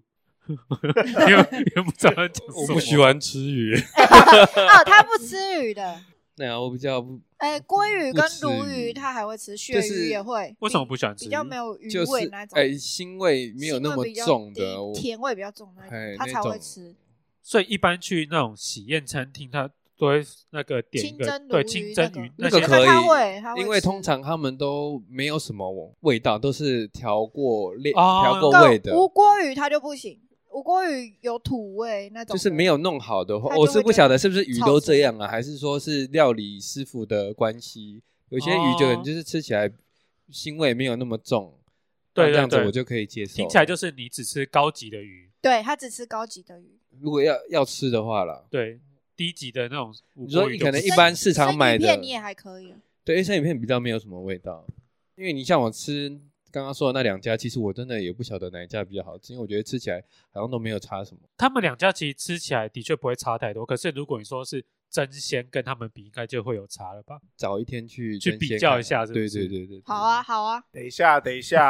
[SPEAKER 2] 因为因为不知道要讲什么。
[SPEAKER 4] 我不喜欢吃鱼。
[SPEAKER 5] 哦，他不吃鱼的。
[SPEAKER 4] 对啊，我比较不
[SPEAKER 5] 哎，鲑鱼
[SPEAKER 4] 不
[SPEAKER 5] 跟
[SPEAKER 4] 嗯吃
[SPEAKER 5] 鲈鱼
[SPEAKER 4] 鱼
[SPEAKER 5] 他还会吃，
[SPEAKER 4] 就
[SPEAKER 5] 鳕
[SPEAKER 4] 是
[SPEAKER 5] 鱼也会。
[SPEAKER 2] 为什么
[SPEAKER 5] 比
[SPEAKER 2] 不喜欢吃鱼？
[SPEAKER 5] 比较没有鱼
[SPEAKER 4] 就是
[SPEAKER 5] 味那种？
[SPEAKER 4] 哎，腥味没有那
[SPEAKER 5] 腥
[SPEAKER 4] 么
[SPEAKER 5] 味比较
[SPEAKER 4] 重
[SPEAKER 5] 低
[SPEAKER 4] 的，我
[SPEAKER 5] 甜味比较重的那
[SPEAKER 4] 哎
[SPEAKER 5] 种，他
[SPEAKER 4] 那
[SPEAKER 5] 才会
[SPEAKER 4] 种
[SPEAKER 5] 吃。
[SPEAKER 2] 所以一般去那种喜宴餐厅，他都会那个点一
[SPEAKER 5] 清
[SPEAKER 2] 个
[SPEAKER 5] 蒸鲈
[SPEAKER 2] 对
[SPEAKER 5] 鱼
[SPEAKER 2] 清蒸鱼
[SPEAKER 5] 那
[SPEAKER 4] 那
[SPEAKER 2] 些
[SPEAKER 4] 个可以
[SPEAKER 5] 他会，他会
[SPEAKER 4] 因为
[SPEAKER 5] 吃
[SPEAKER 4] 通常他们都没有什么味道，都是调过料、
[SPEAKER 2] 哦
[SPEAKER 4] 调过
[SPEAKER 5] 但
[SPEAKER 4] 味的，
[SPEAKER 5] 无锅鱼他就不行，无锅鱼有土味那种
[SPEAKER 4] 就
[SPEAKER 5] 的，
[SPEAKER 4] 是没有弄好的
[SPEAKER 5] 它
[SPEAKER 4] 话，
[SPEAKER 5] 就
[SPEAKER 4] 我
[SPEAKER 5] 会
[SPEAKER 4] 是
[SPEAKER 5] 觉
[SPEAKER 4] 不晓
[SPEAKER 5] 得
[SPEAKER 4] 得是不是鱼
[SPEAKER 5] 超
[SPEAKER 4] 都
[SPEAKER 5] 级
[SPEAKER 4] 这样啊，还是说是料理师傅的关系？有些鱼就
[SPEAKER 2] 哦
[SPEAKER 4] 就是吃起来腥味没有那么重，
[SPEAKER 2] 对
[SPEAKER 4] 那
[SPEAKER 2] 对
[SPEAKER 4] 这样子
[SPEAKER 2] 对
[SPEAKER 4] 我就可以接受。
[SPEAKER 2] 听起来就是你只吃高级的鱼，
[SPEAKER 5] 对他只吃高级的鱼。
[SPEAKER 4] 如果要要吃的话啦，
[SPEAKER 2] 对低级的那种五
[SPEAKER 4] 你说
[SPEAKER 2] 锅鱼
[SPEAKER 4] 你
[SPEAKER 2] 就
[SPEAKER 4] 可
[SPEAKER 2] 不
[SPEAKER 4] 能
[SPEAKER 2] 行
[SPEAKER 4] 哎一般市
[SPEAKER 5] 生
[SPEAKER 4] 场
[SPEAKER 5] 鱼
[SPEAKER 4] 买的
[SPEAKER 5] 片你也还可以啊，
[SPEAKER 4] 对，因为生鱼片比较没有什么味道，因为你像我吃刚刚说的那两家，其实我真的也不晓得哪一家比较好吃，因为我觉得吃起来好像都没有差什么。
[SPEAKER 2] 他们两家其实吃起来的确不会差太多，可是如果你说是真鲜跟他们比，应该就会有差了吧？
[SPEAKER 4] 找一天去
[SPEAKER 2] 去
[SPEAKER 4] 跟
[SPEAKER 2] 比
[SPEAKER 4] 先
[SPEAKER 2] 较
[SPEAKER 4] 看
[SPEAKER 2] 一下是不
[SPEAKER 4] 对
[SPEAKER 2] 是
[SPEAKER 4] 对对对，对
[SPEAKER 5] 好啊，，好啊，
[SPEAKER 3] 等一下，等一 下，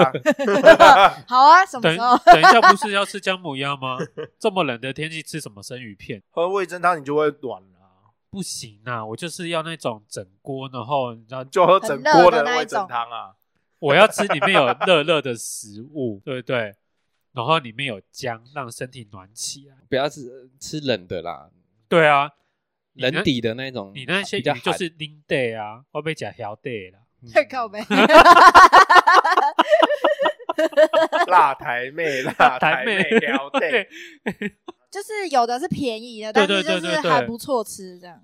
[SPEAKER 5] 好啊，什么
[SPEAKER 2] 等
[SPEAKER 5] 时候？
[SPEAKER 2] 等一下不是要吃姜母鸭吗？ 这么冷的天气吃什么生鱼片
[SPEAKER 3] 喝味噌汤你就会暖了啊、
[SPEAKER 2] 不行啊！我就是要那种整锅，然后你知道
[SPEAKER 3] 就喝整锅味噌汤 啊。
[SPEAKER 2] 我要吃里面有热热的食物， 对不对？然后里面有姜，让身体暖起来。
[SPEAKER 4] 不要吃吃冷的啦，
[SPEAKER 2] 对啊，你那
[SPEAKER 4] 冷底的那种，
[SPEAKER 2] 你那些
[SPEAKER 4] 比较
[SPEAKER 2] 鱼就
[SPEAKER 4] 寒
[SPEAKER 2] 是拎 day 啊，我被假条 day 啦。
[SPEAKER 5] 太 靠呗。
[SPEAKER 3] 辣台妹，辣台妹
[SPEAKER 2] 辣台妹
[SPEAKER 3] 聊 对
[SPEAKER 2] 对。
[SPEAKER 5] 就是有的是便宜的，
[SPEAKER 2] 对
[SPEAKER 5] 但
[SPEAKER 2] 对
[SPEAKER 5] 是就
[SPEAKER 2] 对对
[SPEAKER 5] 是
[SPEAKER 2] 对
[SPEAKER 5] 还不错吃这样。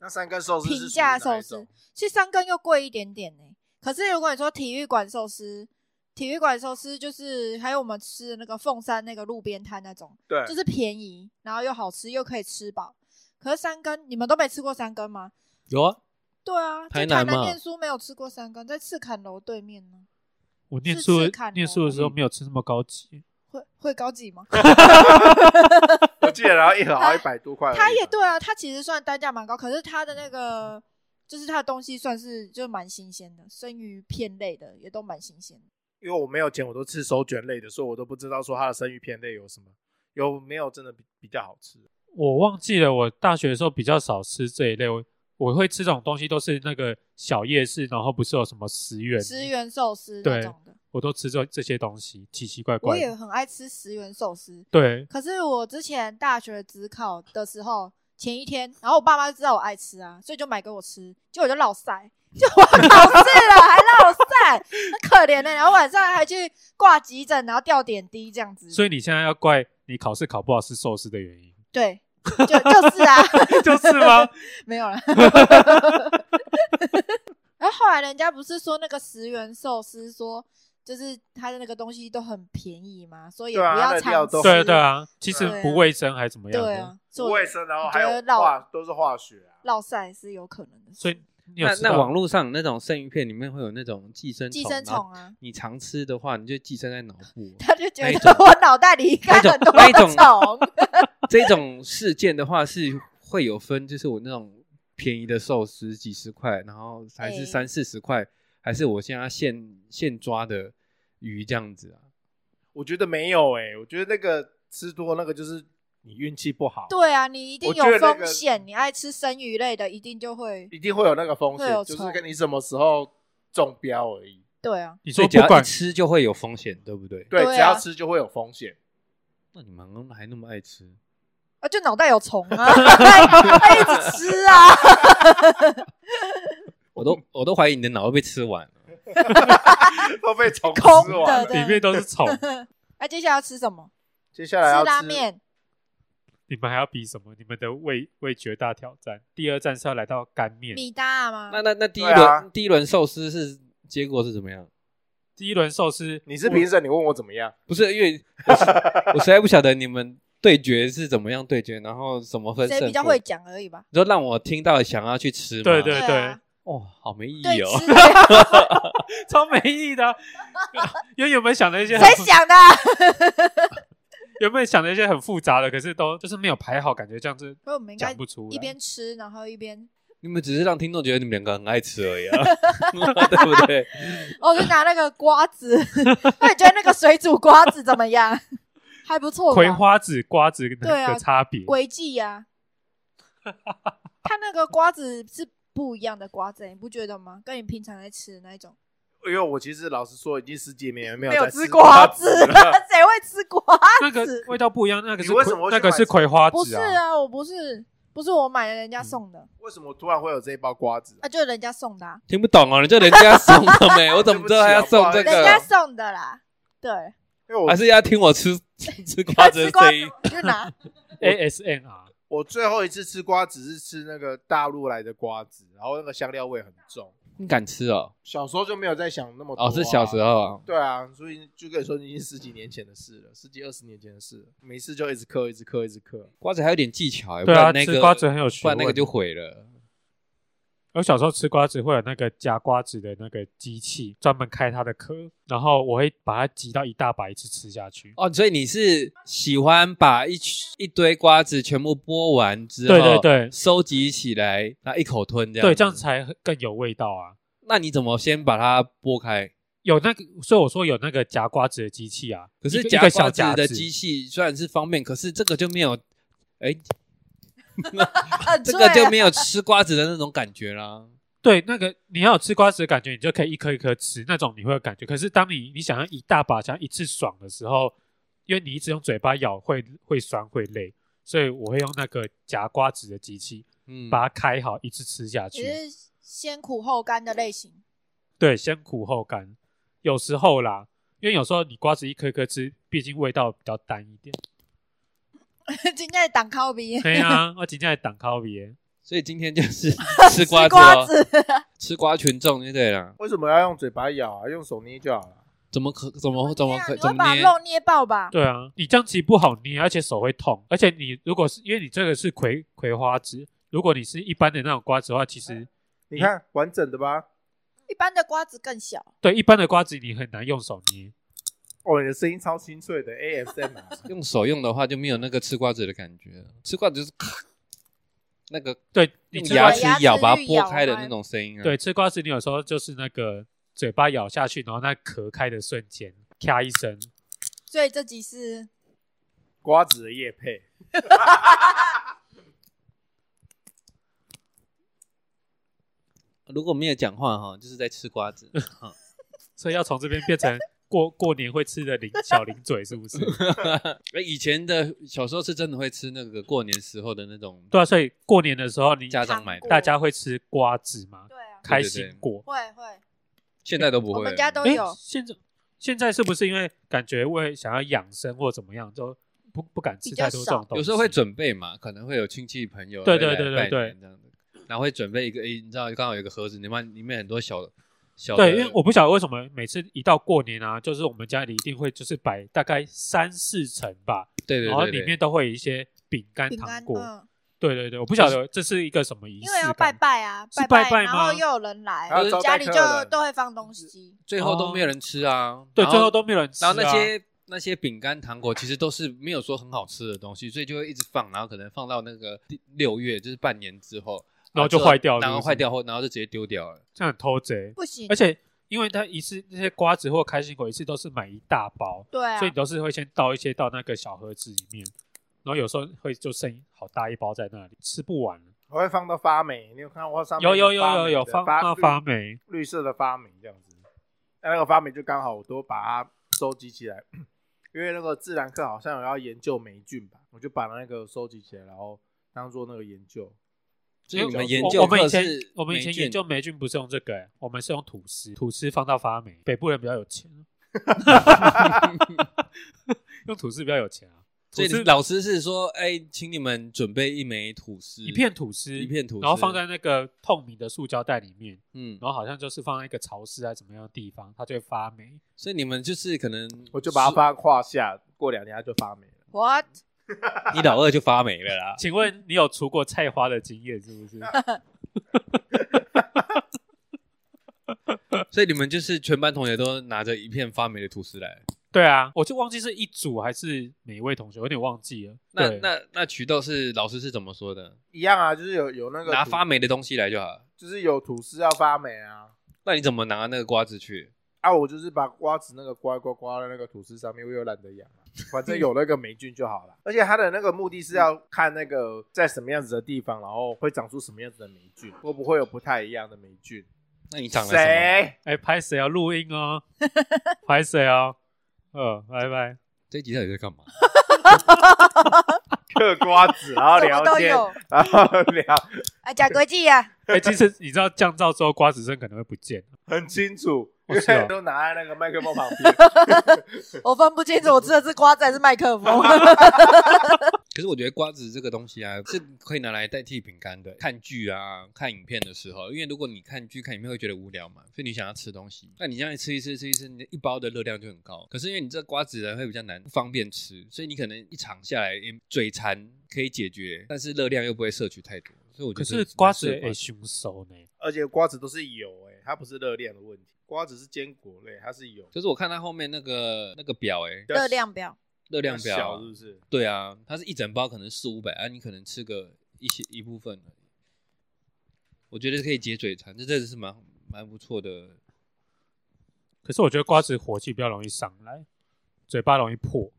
[SPEAKER 3] 那三根寿司是
[SPEAKER 5] 平价
[SPEAKER 3] 属于哪
[SPEAKER 5] 寿
[SPEAKER 3] 一
[SPEAKER 5] 司
[SPEAKER 3] 种，
[SPEAKER 5] 其实三根又贵一点点呢、可是如果你说体育馆寿司，体育馆寿司就是还有我们吃的那个凤山那个路边摊那种，
[SPEAKER 3] 对，
[SPEAKER 5] 就是便宜，然后又好吃，又可以吃饱。可是三根，你们都没吃过三根吗？
[SPEAKER 4] 有啊，
[SPEAKER 5] 对啊，在
[SPEAKER 4] 台
[SPEAKER 5] 台
[SPEAKER 4] 南
[SPEAKER 5] 南
[SPEAKER 4] 嘛
[SPEAKER 5] 念书没有吃过三根，在赤坎楼对面呢，
[SPEAKER 2] 我念
[SPEAKER 5] 是
[SPEAKER 2] 书
[SPEAKER 5] 吃看哦
[SPEAKER 2] 念
[SPEAKER 5] 的
[SPEAKER 2] 书的时候没有吃那么高级，
[SPEAKER 5] 会会高级吗？
[SPEAKER 3] 我记得，然后一盒好像一百多块而已吧。
[SPEAKER 5] 它也对啊，它其实算单价蛮高，可是它的那个就是它的东西算是就蛮新鲜的，生鱼片类的也都蛮新鲜的。
[SPEAKER 3] 因为我没有钱，我都吃手卷类的，所以我都不知道说它的生鱼片类有什么，有没有真的比比较好吃。
[SPEAKER 2] 我忘记了。我大学的时候比较少吃这一类，我我会吃这种东西都是那个小夜市，然后不是有什么十元，
[SPEAKER 5] 十元寿司那
[SPEAKER 2] 对
[SPEAKER 5] 种的，
[SPEAKER 2] 我都吃这这些东西，奇奇怪
[SPEAKER 5] 我
[SPEAKER 2] 怪
[SPEAKER 5] 也
[SPEAKER 2] 的。
[SPEAKER 5] 很爱吃十元寿司。
[SPEAKER 2] 对，
[SPEAKER 5] 可是我之前大学只考的时候，前一天，然后我爸妈就知道我爱吃啊，所以就买给我吃，结果我就落晒，就我考试了还落晒，很可怜的、然后晚上还去挂急诊，然后吊点滴这样子。
[SPEAKER 2] 所以你现在要怪你考试考不好是寿司的原因。
[SPEAKER 5] 对，就就是啊，
[SPEAKER 2] 就是吗？
[SPEAKER 5] 没有了。 然后后来人家不是说那个十元寿司说。就是它的那个东西都很便宜嘛，所以也
[SPEAKER 3] 对啊
[SPEAKER 5] 不
[SPEAKER 3] 它
[SPEAKER 5] 要
[SPEAKER 3] 的
[SPEAKER 5] 常
[SPEAKER 3] 料都
[SPEAKER 5] 吃。
[SPEAKER 3] 很
[SPEAKER 2] 对对啊，其实
[SPEAKER 5] 对啊
[SPEAKER 2] 不卫生还是怎么样
[SPEAKER 5] 对
[SPEAKER 2] 的？
[SPEAKER 5] 啊，
[SPEAKER 3] 不
[SPEAKER 5] 做
[SPEAKER 3] 卫生，然后
[SPEAKER 5] 我
[SPEAKER 3] 还
[SPEAKER 5] 觉
[SPEAKER 3] 有
[SPEAKER 5] 得绕
[SPEAKER 3] 化都是化学啊。
[SPEAKER 5] 落晒是有可能的。
[SPEAKER 2] 所以你有
[SPEAKER 4] 那
[SPEAKER 2] 吃
[SPEAKER 4] 那
[SPEAKER 2] 到
[SPEAKER 4] 网络上那种生鱼片里面会有那种寄生
[SPEAKER 5] 寄生
[SPEAKER 4] 然后
[SPEAKER 5] 虫啊，
[SPEAKER 4] 你常吃的话，你就寄生在脑部。
[SPEAKER 5] 他就觉
[SPEAKER 4] 那一
[SPEAKER 5] 得
[SPEAKER 4] 种
[SPEAKER 5] 我脑袋里应该
[SPEAKER 4] 那种
[SPEAKER 5] 很多
[SPEAKER 4] 那一种
[SPEAKER 5] 虫。
[SPEAKER 4] 这种事件的话是会有分，就是我那种便宜的寿司几十块，然后还
[SPEAKER 5] 哎
[SPEAKER 4] 是三四十块，还是我现在现现抓的鱼这样子啊？
[SPEAKER 3] 我觉得没有哎、我觉得那个吃多那个就是你运气不好，，
[SPEAKER 5] 对啊，你一定
[SPEAKER 3] 我觉得
[SPEAKER 5] 有
[SPEAKER 3] 那
[SPEAKER 5] 风
[SPEAKER 3] 个
[SPEAKER 5] 险，你爱吃生鱼类的，一定就会
[SPEAKER 3] 一定会有那个风
[SPEAKER 5] 会
[SPEAKER 3] 险，
[SPEAKER 5] 有
[SPEAKER 3] 就是
[SPEAKER 5] 虫
[SPEAKER 3] 跟你什么时候中标而已。
[SPEAKER 5] 对啊。
[SPEAKER 2] 你
[SPEAKER 4] 所
[SPEAKER 2] 说
[SPEAKER 4] 以只
[SPEAKER 2] 不
[SPEAKER 4] 要一
[SPEAKER 2] 管
[SPEAKER 4] 吃就会有风险，对不对？
[SPEAKER 3] 对，
[SPEAKER 5] 对啊
[SPEAKER 3] 只要吃就会有风险。
[SPEAKER 4] 那你们还那么爱吃？
[SPEAKER 5] 啊，就脑袋有虫啊， 他一直吃啊，
[SPEAKER 4] 我都我都怀疑你的脑会被吃完啊了。
[SPEAKER 3] 都 被虫吃
[SPEAKER 5] 空
[SPEAKER 3] 完
[SPEAKER 5] 的
[SPEAKER 3] 了。
[SPEAKER 5] 对
[SPEAKER 2] 里面 都是虫，
[SPEAKER 5] 那、啊接下来要吃什么？
[SPEAKER 3] 接下
[SPEAKER 5] 吃
[SPEAKER 3] 来要
[SPEAKER 5] 拉面，
[SPEAKER 2] 你们还要比什么？你们的味味觉大挑战，第二站是要来到干面。
[SPEAKER 5] 米搭吗？
[SPEAKER 4] 那那那第一
[SPEAKER 3] 对
[SPEAKER 4] 轮、
[SPEAKER 3] 啊
[SPEAKER 4] 第一轮寿司是结果是怎么样？
[SPEAKER 2] 第一轮寿司，
[SPEAKER 3] 你是评审，你问我怎么样？
[SPEAKER 4] 不是因 为我实我实在不晓得你们对决是怎么样对决，然后怎么分胜负。
[SPEAKER 5] 谁比较会讲而已吧。
[SPEAKER 4] 你说让我听到想要去吃吗？
[SPEAKER 2] 对对
[SPEAKER 5] 啊，
[SPEAKER 4] 哦，好没意
[SPEAKER 5] 对
[SPEAKER 4] 义哦。
[SPEAKER 5] 吃 的
[SPEAKER 2] 超没意义 的啊、 因为原本想的一些很
[SPEAKER 5] 谁想的啊？
[SPEAKER 2] 原本想的一些很复杂的，可是都就是没有排好，感觉这样子
[SPEAKER 5] 所以我们应该
[SPEAKER 2] 讲不出来。
[SPEAKER 5] 一边吃，然后一边，
[SPEAKER 4] 你们只是让听众觉得你们两个很爱吃而 已啊，对不对？
[SPEAKER 5] 哦，就拿那个瓜子， 那你觉得那个水煮瓜子怎么样？ 还不错吧，
[SPEAKER 2] 葵花籽、瓜子
[SPEAKER 5] 对啊
[SPEAKER 2] 的差别，
[SPEAKER 5] 诡计呀、它那个瓜子是不一样的瓜子、你不觉得吗？跟你平常在吃的那一种，
[SPEAKER 3] 因为我其实老实说，已经十几年没有
[SPEAKER 5] 没有
[SPEAKER 3] 在吃
[SPEAKER 5] 瓜
[SPEAKER 3] 子
[SPEAKER 5] 了，
[SPEAKER 4] 啊
[SPEAKER 3] 了。
[SPEAKER 5] 谁会吃瓜？啊
[SPEAKER 2] 那个味道不一样。那个是
[SPEAKER 3] 你为什
[SPEAKER 2] 葵
[SPEAKER 3] 么会去
[SPEAKER 2] 那个是
[SPEAKER 3] 买
[SPEAKER 2] 葵花
[SPEAKER 5] 不
[SPEAKER 2] 籽
[SPEAKER 5] 是啊，我不是，不是我买的，人家送
[SPEAKER 4] 嗯
[SPEAKER 5] 的、
[SPEAKER 3] 为什么突然会有这一包瓜子？
[SPEAKER 5] 啊，就是人家送的、啊，
[SPEAKER 4] 听不懂哦，你就人家送的没？我怎么知道他要送这
[SPEAKER 3] 对
[SPEAKER 5] 人家
[SPEAKER 4] 个？
[SPEAKER 5] 送的啦，对，
[SPEAKER 3] 因为我
[SPEAKER 4] 还是要听我 吃吃瓜
[SPEAKER 5] 他
[SPEAKER 4] 子
[SPEAKER 5] 吃
[SPEAKER 4] 的
[SPEAKER 5] 瓜
[SPEAKER 4] 声
[SPEAKER 5] 子
[SPEAKER 4] 音？
[SPEAKER 5] 我就 拿，
[SPEAKER 2] ASMR。
[SPEAKER 3] 我最后一次吃瓜子是吃那个大陆来的瓜子，然后那个香料味很重。
[SPEAKER 4] 你敢吃哦？
[SPEAKER 3] 小时候就没有在想那么多、
[SPEAKER 4] 哦，是小时。候啊。
[SPEAKER 3] 对啊，所以就跟你说，已经十几年前的事了，十几二十年前的事了。每次就一直嗑，一直嗑，一直嗑。
[SPEAKER 4] 瓜子还有点技巧欸，
[SPEAKER 2] 对啊
[SPEAKER 4] 不然那
[SPEAKER 2] 吃
[SPEAKER 4] 个
[SPEAKER 2] 瓜子很有学
[SPEAKER 4] 不
[SPEAKER 2] 问
[SPEAKER 4] 然那个就毁了。
[SPEAKER 2] 我小时候吃瓜子会有那个夹瓜子的那个机器，专门开它的壳，然后我会把它挤到一大把一次吃下去。
[SPEAKER 4] 哦，所以你是喜欢把一群一堆瓜子全部剥完之后，
[SPEAKER 2] 对对对
[SPEAKER 4] 收集起来，然后一口吞这样。
[SPEAKER 2] 对，这样。才更有味道啊！
[SPEAKER 4] 那你怎么先把它剥开？
[SPEAKER 2] 有那个，所以我说有那个夹瓜子的机器啊。
[SPEAKER 4] 可
[SPEAKER 2] 一
[SPEAKER 4] 是
[SPEAKER 2] 个一
[SPEAKER 4] 夹
[SPEAKER 2] 个小
[SPEAKER 4] 瓜
[SPEAKER 2] 夹
[SPEAKER 4] 子的机器虽然是方便，可是这个就没有，
[SPEAKER 5] 啊
[SPEAKER 4] 哎，
[SPEAKER 5] 很
[SPEAKER 4] 这
[SPEAKER 5] 脆
[SPEAKER 4] 个
[SPEAKER 5] 啊
[SPEAKER 4] 就没有吃瓜子的那种感觉啦。
[SPEAKER 2] 对，那个你要有吃瓜子的感觉，你就可以一颗一颗吃，那种你会有感觉。可是当你你想要一大把，想要一次爽的时候，因为你一直用嘴巴咬会会酸会累，所以我会用那个夹瓜子的机器
[SPEAKER 4] 嗯，
[SPEAKER 2] 把它开好，一次吃下去。
[SPEAKER 5] 也是先苦后甘的类型。
[SPEAKER 2] 对，先苦后甘，有时候啦，因为有时候你瓜子一颗一颗吃，毕竟味道比较淡一点。
[SPEAKER 5] 今天的挡靠鼻，
[SPEAKER 2] 对啊，我今天挡烤别，
[SPEAKER 4] 所以今天就是 吃
[SPEAKER 5] 吃
[SPEAKER 4] 瓜子
[SPEAKER 5] 瓜
[SPEAKER 4] 哦，
[SPEAKER 5] 子，
[SPEAKER 4] 吃瓜群众就对了。
[SPEAKER 3] 为什么要用嘴巴咬啊？用手捏就好了。
[SPEAKER 4] 怎么可怎么怎么可
[SPEAKER 5] 啊哎你会
[SPEAKER 4] 怎
[SPEAKER 5] 把
[SPEAKER 4] 么捏？
[SPEAKER 5] 肉捏爆吧？
[SPEAKER 2] 对啊，你这样其实不好捏，而且手会痛。而且你如果是因为你这个是葵葵花籽，如果你是一般的那种瓜子的话，其实
[SPEAKER 3] 你看完整的吧。
[SPEAKER 5] 一般的瓜子更小，
[SPEAKER 2] 对一般的瓜子你很难用手捏。
[SPEAKER 3] 哦，你的声音超清脆的，ASMR。
[SPEAKER 4] 用手用的话就没有那个吃瓜子的感觉了，吃瓜子就是咔那个
[SPEAKER 2] 对你
[SPEAKER 4] 用
[SPEAKER 2] 吃
[SPEAKER 4] 牙
[SPEAKER 2] 瓜
[SPEAKER 5] 齿
[SPEAKER 4] 齿咬
[SPEAKER 5] 去
[SPEAKER 4] 把它
[SPEAKER 5] 咬
[SPEAKER 4] 剥开的
[SPEAKER 5] 它
[SPEAKER 4] 那种声音啊。
[SPEAKER 2] 对，吃瓜子，你有时候就是那个嘴巴咬下去，然后那壳开的瞬间，咔一声。
[SPEAKER 5] 所以这集是
[SPEAKER 3] 瓜子的叶配，
[SPEAKER 4] 如果没有讲话哈，就是在吃瓜 子。哈
[SPEAKER 2] 所以要从这边变成过过年会吃的零小零嘴，是不是？
[SPEAKER 4] 哎以前的小时候是真的会吃那个过年时候的那种
[SPEAKER 2] 对啊，所以过年的时候你
[SPEAKER 4] 家长买
[SPEAKER 5] 糖
[SPEAKER 4] 的，
[SPEAKER 5] 果
[SPEAKER 2] 大家会吃瓜子吗？
[SPEAKER 5] 对啊，
[SPEAKER 2] 开心果。
[SPEAKER 5] 会会，
[SPEAKER 4] 现在都不
[SPEAKER 5] 我
[SPEAKER 4] 会了。
[SPEAKER 5] 们家都
[SPEAKER 2] 诶
[SPEAKER 5] 有。
[SPEAKER 2] 现在现在是不是因为感觉为想要养生或怎么样，就不不敢吃
[SPEAKER 5] 比较
[SPEAKER 2] 太多这种东西，
[SPEAKER 4] 有时候会准备嘛，可能会有亲戚朋友
[SPEAKER 2] 对对
[SPEAKER 4] 来
[SPEAKER 2] 对对
[SPEAKER 4] 拜
[SPEAKER 2] 对
[SPEAKER 4] 年这样子，然后会准备一个，诶，你知道刚好有一个盒子，里面里面很多小小的
[SPEAKER 2] 对，因为我不晓得为什么每次一到过年啊，就是我们家里一定会就是摆大概三四层吧，
[SPEAKER 4] 对对
[SPEAKER 2] 然后
[SPEAKER 4] 对
[SPEAKER 2] 里
[SPEAKER 4] 对
[SPEAKER 2] 面都会有一些饼干、
[SPEAKER 5] 饼
[SPEAKER 2] 糖
[SPEAKER 5] 干，
[SPEAKER 2] 果。
[SPEAKER 5] 嗯，
[SPEAKER 2] 对对对，我不晓得这是一个什么仪式
[SPEAKER 5] 因
[SPEAKER 2] 感，
[SPEAKER 5] 为要拜拜啊，
[SPEAKER 2] 是拜拜
[SPEAKER 5] 拜，然
[SPEAKER 2] 吗
[SPEAKER 5] 后又有人来
[SPEAKER 3] 还要招，待
[SPEAKER 5] 家里
[SPEAKER 3] 客
[SPEAKER 5] 就
[SPEAKER 3] 人
[SPEAKER 5] 都会放东西。
[SPEAKER 4] 最后都没有人吃啊，
[SPEAKER 2] 哦对，
[SPEAKER 4] 然
[SPEAKER 2] 最后都没有人吃、啊。
[SPEAKER 4] 然后那些那些饼干糖果其实都是没有说很好吃的东西，所以就会一直放，然后可能放到那个第六月，就是半年之后，
[SPEAKER 2] 然后就
[SPEAKER 4] 之后
[SPEAKER 2] 坏掉了
[SPEAKER 4] 然后
[SPEAKER 2] 是不是
[SPEAKER 4] 坏掉后，然后就直接丢掉了。
[SPEAKER 2] 这样很偷贼，
[SPEAKER 5] 不行
[SPEAKER 2] 而，且因为他一次那些瓜子或开心果一次都是买一大包，
[SPEAKER 5] 对啊
[SPEAKER 2] 所以，你都是会先倒一些到那个小盒子里面，然后有时候会就剩好大一包在那里，吃不完了。
[SPEAKER 3] 我会放到发霉，你有看到我上面
[SPEAKER 2] 有有有
[SPEAKER 3] 发霉
[SPEAKER 2] 有有
[SPEAKER 3] 的
[SPEAKER 2] 放
[SPEAKER 3] 发
[SPEAKER 2] 到
[SPEAKER 3] 绿
[SPEAKER 2] 发霉，
[SPEAKER 3] 绿色的发霉这样子。那那个发霉就刚好我都把它收集起来， 因为那个自然课好像有要研究霉菌吧，我就把那个收集起来，然后当做那个研究。
[SPEAKER 4] 所以你
[SPEAKER 3] 我
[SPEAKER 4] 们研
[SPEAKER 2] 我
[SPEAKER 4] 究
[SPEAKER 2] 我们以
[SPEAKER 4] 课
[SPEAKER 2] 前
[SPEAKER 4] 是
[SPEAKER 2] 我们以前
[SPEAKER 4] 霉菌
[SPEAKER 2] 研究霉菌不是用这个、欸，我们是用吐司，吐司放到发霉。北部人比较有钱，啊 用吐司比较有钱啊。
[SPEAKER 4] 所
[SPEAKER 2] 吐
[SPEAKER 4] 以
[SPEAKER 2] 司
[SPEAKER 4] 老师是说，哎，请你们准备一枚吐司，
[SPEAKER 2] 一片吐司，
[SPEAKER 4] 一片吐司，
[SPEAKER 2] 然后放在那个透明的塑胶袋里面，
[SPEAKER 4] 嗯，
[SPEAKER 2] 然后好像就是放在一个潮湿啊怎么样的地方，它就会发霉。。
[SPEAKER 4] 所以你们就是可能
[SPEAKER 3] 我就把它放在胯下，过两天它就发霉了。
[SPEAKER 5] 我
[SPEAKER 4] 你老二就发霉了啦
[SPEAKER 2] 请问你有除过菜花的经验是不是？
[SPEAKER 4] 所以你们就是全班同学都拿着一片发霉的吐司来。
[SPEAKER 2] 对啊，我就忘记是一组还是哪一位同学，有点忘记了。
[SPEAKER 4] 那
[SPEAKER 2] 对
[SPEAKER 4] 那那瞿豆是老师是怎么说的？
[SPEAKER 3] 一样啊，就是有有那个
[SPEAKER 4] 拿
[SPEAKER 3] 吐
[SPEAKER 4] 发，霉的东西来就好了。
[SPEAKER 3] 就是有吐司要发霉啊。
[SPEAKER 4] 那你怎么拿那个瓜子去？
[SPEAKER 3] 啊，我就是把瓜子那个瓜瓜刮在那个吐司上面，我又懒得养啊，反正有那个霉菌就好了。而且它的那个目的是要看那个在什么样子的地方，然后会长出什么样子的霉菌，会不会有不太一样的霉菌？
[SPEAKER 4] 那你长了什么？
[SPEAKER 3] 谁？
[SPEAKER 2] 哎，拍谁啊？录音 哦，拍谁啊？呃，拜拜。
[SPEAKER 4] 这集到底在干嘛？
[SPEAKER 3] 嗑瓜子，然后
[SPEAKER 5] 什么
[SPEAKER 3] 聊
[SPEAKER 5] 都
[SPEAKER 3] 天，
[SPEAKER 5] 有，
[SPEAKER 3] 然后聊
[SPEAKER 5] 哎，假规矩啊，
[SPEAKER 2] 哎、其实你知道降噪之后瓜子声可能会不见，
[SPEAKER 3] 很清楚，
[SPEAKER 2] 哦
[SPEAKER 3] 因
[SPEAKER 2] 是啊
[SPEAKER 3] 为 都拿在那个麦克风旁边。
[SPEAKER 5] 我分不清楚我吃的是瓜子还是麦克风。
[SPEAKER 4] 可是我觉得瓜子这个东西啊， 是可以拿来代替饼干的。看剧啊、看影片的时候，因为如果你看剧、看影片会觉得无聊嘛，所以你想要吃东西。那你这样吃一吃、吃一吃，你的一包的热量就很高。可是因为你这瓜子呢会比较难不方便吃，所以你可能一场下来诶嘴馋可以解决，但是热量又不会摄取太多。所以我觉
[SPEAKER 2] 可
[SPEAKER 4] 得
[SPEAKER 2] 是
[SPEAKER 4] 蛮
[SPEAKER 2] 瓜
[SPEAKER 4] 适
[SPEAKER 2] 子
[SPEAKER 4] 合
[SPEAKER 2] 哎凶手呢。
[SPEAKER 3] 而且瓜子都是油、欸，它不是热量的问题，瓜子是坚果类，它是油，
[SPEAKER 4] 可是我看它后面那个那个表哎、
[SPEAKER 5] 热量表，
[SPEAKER 4] 热量
[SPEAKER 3] 比较
[SPEAKER 4] 表啊、
[SPEAKER 3] 小是不是？
[SPEAKER 4] 对啊，它是一整包可能四五百啊，你可能吃个一些一部分而已。我觉得可以解嘴馋，这真的是蛮蛮不错的。
[SPEAKER 2] 可是我觉得瓜子火气比较容易上来，嘴巴容易破，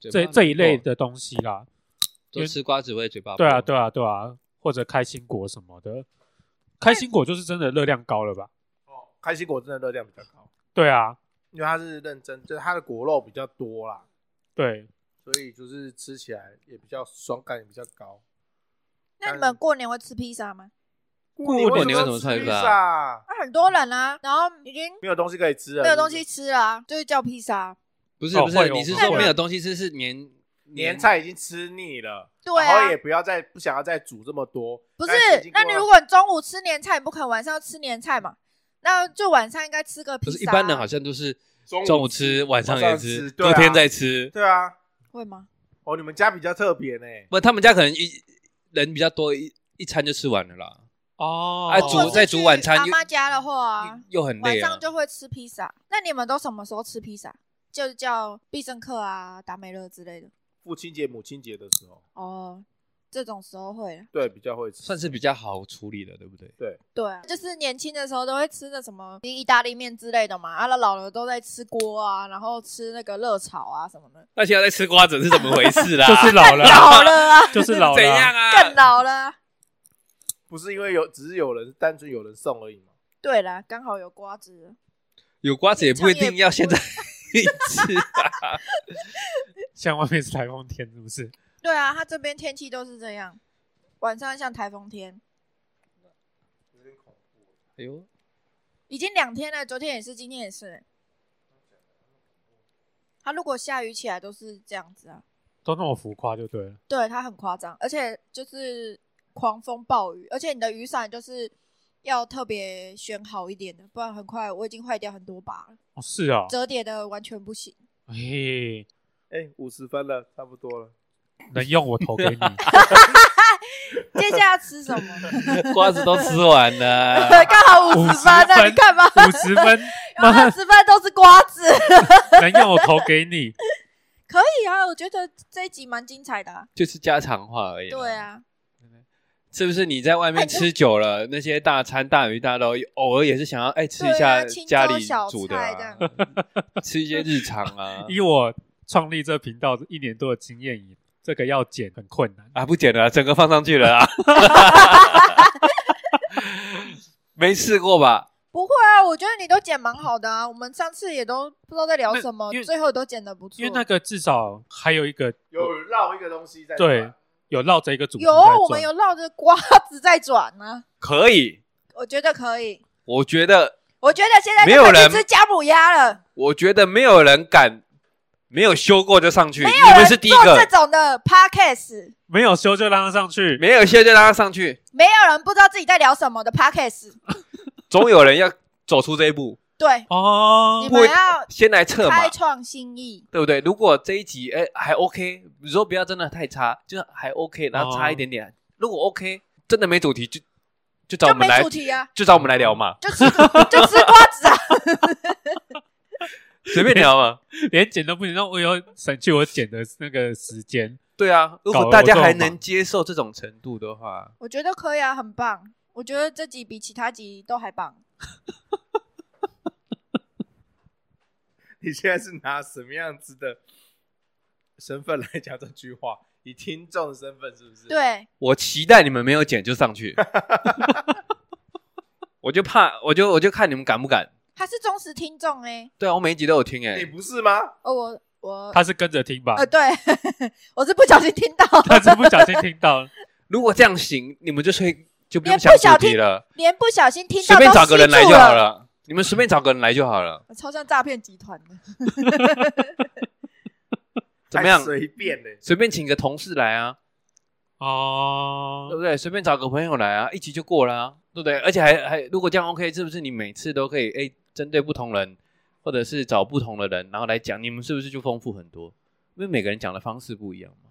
[SPEAKER 4] 嘴
[SPEAKER 2] 这
[SPEAKER 4] 巴
[SPEAKER 2] 这一类
[SPEAKER 4] 破
[SPEAKER 2] 的东西啦。因
[SPEAKER 4] 就
[SPEAKER 2] 为
[SPEAKER 4] 吃瓜子会嘴巴
[SPEAKER 2] 对啊，
[SPEAKER 4] 破
[SPEAKER 2] 对啊，对啊，或者开心果什么的，开心果就是真的热量高了吧？
[SPEAKER 3] 哦，开心果真的热量比较高，
[SPEAKER 2] 对啊，
[SPEAKER 3] 因为它是认真，就是它的果肉比较多啦，
[SPEAKER 2] 对，
[SPEAKER 3] 所以就是吃起来也比较爽感也比较高。
[SPEAKER 5] 那你们过年会吃披萨吗？
[SPEAKER 3] 过
[SPEAKER 4] 过
[SPEAKER 3] 你
[SPEAKER 4] 年为什么吃
[SPEAKER 3] 吃
[SPEAKER 4] 披
[SPEAKER 3] 披
[SPEAKER 4] 萨
[SPEAKER 3] 萨？
[SPEAKER 5] 啊，很多人啊，然后已经
[SPEAKER 3] 没有东西可以吃了，
[SPEAKER 5] 没有东西吃了啊，就是叫披萨。
[SPEAKER 4] 不是
[SPEAKER 2] 哦
[SPEAKER 4] 不
[SPEAKER 2] 会
[SPEAKER 4] 是，
[SPEAKER 2] 哦
[SPEAKER 4] 你是
[SPEAKER 2] 会
[SPEAKER 4] 说
[SPEAKER 2] 哦
[SPEAKER 4] 没有东西吃是年
[SPEAKER 3] 年菜已经吃腻了，
[SPEAKER 5] 对
[SPEAKER 3] 然
[SPEAKER 5] 啊
[SPEAKER 3] 后也，不要再不想要再煮这么多。
[SPEAKER 5] 不是
[SPEAKER 3] 但已经，过
[SPEAKER 5] 那
[SPEAKER 3] 了
[SPEAKER 5] 你如果中午吃年菜，你不可能晚上要吃年菜嘛？那就晚上应该吃个披
[SPEAKER 4] 不
[SPEAKER 5] 萨啊。
[SPEAKER 4] 是一般人好像都是
[SPEAKER 3] 中午
[SPEAKER 4] 中午吃，晚上也
[SPEAKER 3] 晚上
[SPEAKER 4] 吃，
[SPEAKER 3] 吃对啊
[SPEAKER 4] 隔天再吃。
[SPEAKER 3] 对啊，
[SPEAKER 5] 会吗？
[SPEAKER 3] 哦，你们家比较特别呢，
[SPEAKER 4] 不，他们家可能一人比较多，一一餐就吃完了啦。
[SPEAKER 2] 哦
[SPEAKER 4] 啊煮
[SPEAKER 5] 或者
[SPEAKER 4] 在煮晚餐
[SPEAKER 5] 去阿
[SPEAKER 4] 又
[SPEAKER 5] 妈家的话，
[SPEAKER 4] 又很
[SPEAKER 5] 晚
[SPEAKER 4] 累啊
[SPEAKER 5] 上。就会吃披萨。那你们都什么时候吃披萨？就是叫必胜客啊、达美乐之类的。
[SPEAKER 3] 父亲节、母亲节的时候，
[SPEAKER 5] 哦，这种时候会啊，
[SPEAKER 3] 对，比较会吃，
[SPEAKER 4] 算是比较好处理的，对不对？
[SPEAKER 5] 对啊，就是年轻的时候都会吃那什么意大利面之类的嘛，啊，那老了都在吃锅啊，然后吃那个热炒啊什么 的，
[SPEAKER 4] 那现在在吃瓜子是怎么回事啦？
[SPEAKER 2] 就是老了啊，
[SPEAKER 5] 老了啊，
[SPEAKER 2] 就是老了
[SPEAKER 4] 怎
[SPEAKER 2] 啊。
[SPEAKER 4] 样啊？
[SPEAKER 5] 更老了啊。
[SPEAKER 3] 不是因为有，只是有人单纯有人送而已嘛。
[SPEAKER 5] 对啦，刚好有瓜子，
[SPEAKER 4] 有瓜子也不一定要现在吃啊。
[SPEAKER 2] 像外面是台风天，是不是？
[SPEAKER 5] 对啊，它这边天气都是这样，晚上像台风天，
[SPEAKER 4] 哎呦，
[SPEAKER 5] 已经两天了，昨天也是，今天也是。他如果下雨起来都是这样子啊，
[SPEAKER 2] 都那么浮夸就对了。
[SPEAKER 5] 对他很夸张，而且就是狂风暴雨，而且你的雨伞就是要特别选好一点的，不然很快我已经坏掉很多把了，
[SPEAKER 2] 哦，是啊、
[SPEAKER 5] 折叠的完全不行。
[SPEAKER 2] 嘿，
[SPEAKER 3] 哎，五十分了，差不多了。
[SPEAKER 2] 能用我投给你。
[SPEAKER 5] 接下来要吃什 么？
[SPEAKER 4] 瓜子都吃完了，
[SPEAKER 5] 刚好呃五十分
[SPEAKER 2] 50
[SPEAKER 5] 啊，
[SPEAKER 2] 分
[SPEAKER 5] 你 看吧，
[SPEAKER 2] 五十分，
[SPEAKER 5] 有二十分都是瓜子。
[SPEAKER 2] 能用我投给你。
[SPEAKER 5] 可以啊，我觉得这一集蛮精彩的、啊。
[SPEAKER 4] 就是家常话而已。
[SPEAKER 5] 对，啊，
[SPEAKER 4] 是不是你在外面吃久了，那些大餐大鱼大肉，偶尔也是想要哎吃一
[SPEAKER 5] 对啊
[SPEAKER 4] 下
[SPEAKER 5] 青
[SPEAKER 4] 家
[SPEAKER 5] 州
[SPEAKER 4] 里
[SPEAKER 5] 小
[SPEAKER 4] 煮的、
[SPEAKER 5] 菜
[SPEAKER 4] 啊， 吃一些日常 啊
[SPEAKER 2] 以我创立这频道一年多的经验，以这个要剪很困难。
[SPEAKER 4] 啊，不剪了，整个放上去 了啊， 没试过吧？
[SPEAKER 5] 不会啊，我觉得你都剪蛮好的啊。我们上次也都不知道在聊
[SPEAKER 2] 那
[SPEAKER 5] 什么
[SPEAKER 2] 因为，
[SPEAKER 5] 最后都剪得不错。
[SPEAKER 2] 因为那个至少还有一个
[SPEAKER 3] 有绕一个东西在
[SPEAKER 2] 对有绕着一个主题
[SPEAKER 5] 有
[SPEAKER 2] 在
[SPEAKER 5] 我
[SPEAKER 2] 转
[SPEAKER 5] 们有绕着瓜子在转呢、
[SPEAKER 4] 可以，
[SPEAKER 5] 我觉得可以。
[SPEAKER 4] 我觉得，
[SPEAKER 5] 我觉得现在
[SPEAKER 4] 没有
[SPEAKER 5] 就可以
[SPEAKER 4] 人
[SPEAKER 5] 吃姜母鸭了，
[SPEAKER 4] 我觉得没有人敢没有修过就上去，
[SPEAKER 5] 没
[SPEAKER 4] 你
[SPEAKER 5] 有
[SPEAKER 4] 们
[SPEAKER 5] 人
[SPEAKER 4] 是
[SPEAKER 5] 做
[SPEAKER 4] 第一个
[SPEAKER 5] 这，种的 podcast，
[SPEAKER 2] 没有修就拉上去，
[SPEAKER 4] 没有修就让他上去，
[SPEAKER 5] 没有人不知道自己在聊什么的 podcast。
[SPEAKER 4] 总有人要走出这一步，
[SPEAKER 5] 对，
[SPEAKER 2] 哦
[SPEAKER 5] 你，
[SPEAKER 4] 不
[SPEAKER 5] 们要
[SPEAKER 4] 先来测嘛
[SPEAKER 5] 开。创新意。
[SPEAKER 4] 对不对？如果这一集哎还 OK，你说不要真的太差，就是还 OK，然后差
[SPEAKER 2] 哦
[SPEAKER 4] 一点点。如果 OK，真的没主题就就找
[SPEAKER 5] 就
[SPEAKER 4] 我们
[SPEAKER 5] 没
[SPEAKER 4] 来
[SPEAKER 5] 主，题啊，
[SPEAKER 4] 就找我们来聊 嘛，
[SPEAKER 5] 就吃就吃瓜子啊，
[SPEAKER 4] 随便聊嘛。
[SPEAKER 2] 连剪都不行，那我有省去我剪的那个时 间。
[SPEAKER 4] 对啊，如果大家还能接受这种程度的话，
[SPEAKER 5] 我觉得可以啊，很棒。我觉得这集比其他集都还棒。
[SPEAKER 3] 你现在是拿什么样子的身份来讲这句话？以听众的身份是不是？，
[SPEAKER 5] 对，
[SPEAKER 4] 我期待你们没有剪就上去。 我就怕，我就我就看你们敢不敢。
[SPEAKER 5] 他是忠实听众哎、
[SPEAKER 4] 对啊，我每一集都有听哎、
[SPEAKER 3] 你不是吗？
[SPEAKER 5] 哦，我我
[SPEAKER 2] 他是跟着听吧，
[SPEAKER 5] 呃，对， 我是不小心听到，
[SPEAKER 2] 他是不小心听到，
[SPEAKER 4] 如果这样行，你们就吹就不用
[SPEAKER 5] 连
[SPEAKER 4] 想
[SPEAKER 5] 不想
[SPEAKER 4] 主题
[SPEAKER 5] 听
[SPEAKER 4] 了，
[SPEAKER 5] 连不小心听到
[SPEAKER 4] 随便找个人来就好
[SPEAKER 5] 了，
[SPEAKER 4] 了。你们随便找个人来就好了，
[SPEAKER 5] 我超像诈骗集团的。
[SPEAKER 4] 怎么样
[SPEAKER 3] 太？随便嘞、
[SPEAKER 4] 随便请个同事来啊，
[SPEAKER 2] 哦
[SPEAKER 3] 嗯
[SPEAKER 4] 对，不对？随便找个朋友来啊，一起就过了啊，对不对？而且还还，如果这样 OK，是不是你每次都可以哎，针对不同人，或者是找不同的人，然后来讲，你们是不是就丰富很多？因为每个人讲的方式不一样嘛。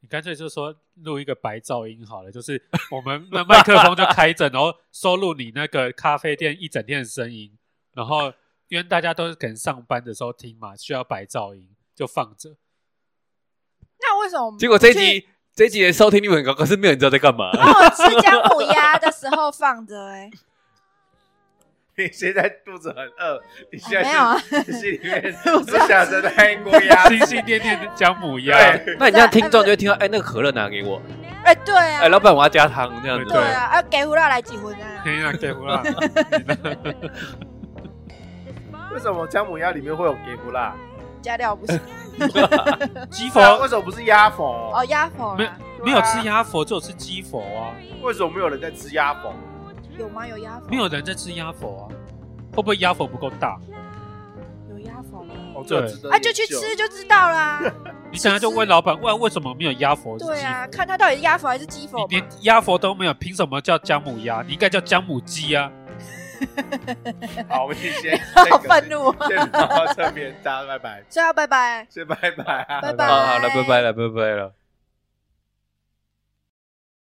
[SPEAKER 2] 你干脆就说录一个白噪音好了，就是我们那麦克风就开 着，然后收录你那个咖啡店一整天的声音，然后因为大家都是可能上班的时候听嘛，需要白噪音就放着。
[SPEAKER 5] 那为什么
[SPEAKER 3] 嗯
[SPEAKER 5] 我们
[SPEAKER 4] 结果这一
[SPEAKER 5] 不去
[SPEAKER 4] 集这一集的收听率很高，可是没有人知道在干嘛。
[SPEAKER 5] 那我吃姜母鸭的时候放着 哎、
[SPEAKER 3] 你现在肚子很饿，你现在
[SPEAKER 5] 没有啊
[SPEAKER 3] 是、你心里 面只想着那一锅鸭
[SPEAKER 2] 心
[SPEAKER 3] 子。
[SPEAKER 2] 心念念的姜母鸭，
[SPEAKER 3] 对，
[SPEAKER 4] 那你这样听众就会听到，哎，那个可乐拿给我，
[SPEAKER 5] 哎、对啊，
[SPEAKER 4] 哎，老板我要加汤这样子。
[SPEAKER 5] 对啊，要给胡辣来几荤啊？
[SPEAKER 2] 天啊，给不 啦！
[SPEAKER 3] 为什么姜母鸭里面会有给不辣？
[SPEAKER 5] 加料不行
[SPEAKER 4] 哎
[SPEAKER 2] 鸡
[SPEAKER 3] 不然为
[SPEAKER 2] 佛
[SPEAKER 3] 什么不是鸭否？
[SPEAKER 5] 哦，鸭头
[SPEAKER 2] 没有
[SPEAKER 5] 啦，
[SPEAKER 2] 没有
[SPEAKER 5] 啊
[SPEAKER 2] 吃鸭佛，只有吃鸡佛啊，
[SPEAKER 3] 为什么没有人在吃鸭否？
[SPEAKER 5] 有吗？有鸭头？
[SPEAKER 2] 没有人在吃鸭佛啊，会不会鸭佛不够大？
[SPEAKER 5] 有鸭头吗？
[SPEAKER 3] 哦，这
[SPEAKER 2] 对
[SPEAKER 3] 值得
[SPEAKER 5] 啊，就
[SPEAKER 3] 研
[SPEAKER 5] 去
[SPEAKER 3] 究
[SPEAKER 5] 吃就知道啦。
[SPEAKER 2] 你等下就问老板，问为什么没有鸭佛？
[SPEAKER 5] 对啊，，看他到底是鸭头还是鸡
[SPEAKER 2] 你
[SPEAKER 5] 头嘛
[SPEAKER 2] 连。鸭佛都没有，凭什么叫姜母鸭？你应该叫姜母鸡啊！
[SPEAKER 3] 好，我们先先
[SPEAKER 5] 好愤 怒啊！
[SPEAKER 3] 先聊到这边，大家拜拜，
[SPEAKER 5] 所以要拜拜，
[SPEAKER 3] 先拜拜啊。
[SPEAKER 5] 拜
[SPEAKER 4] 啊，
[SPEAKER 5] 拜。
[SPEAKER 4] 好了，拜拜了，拜拜了。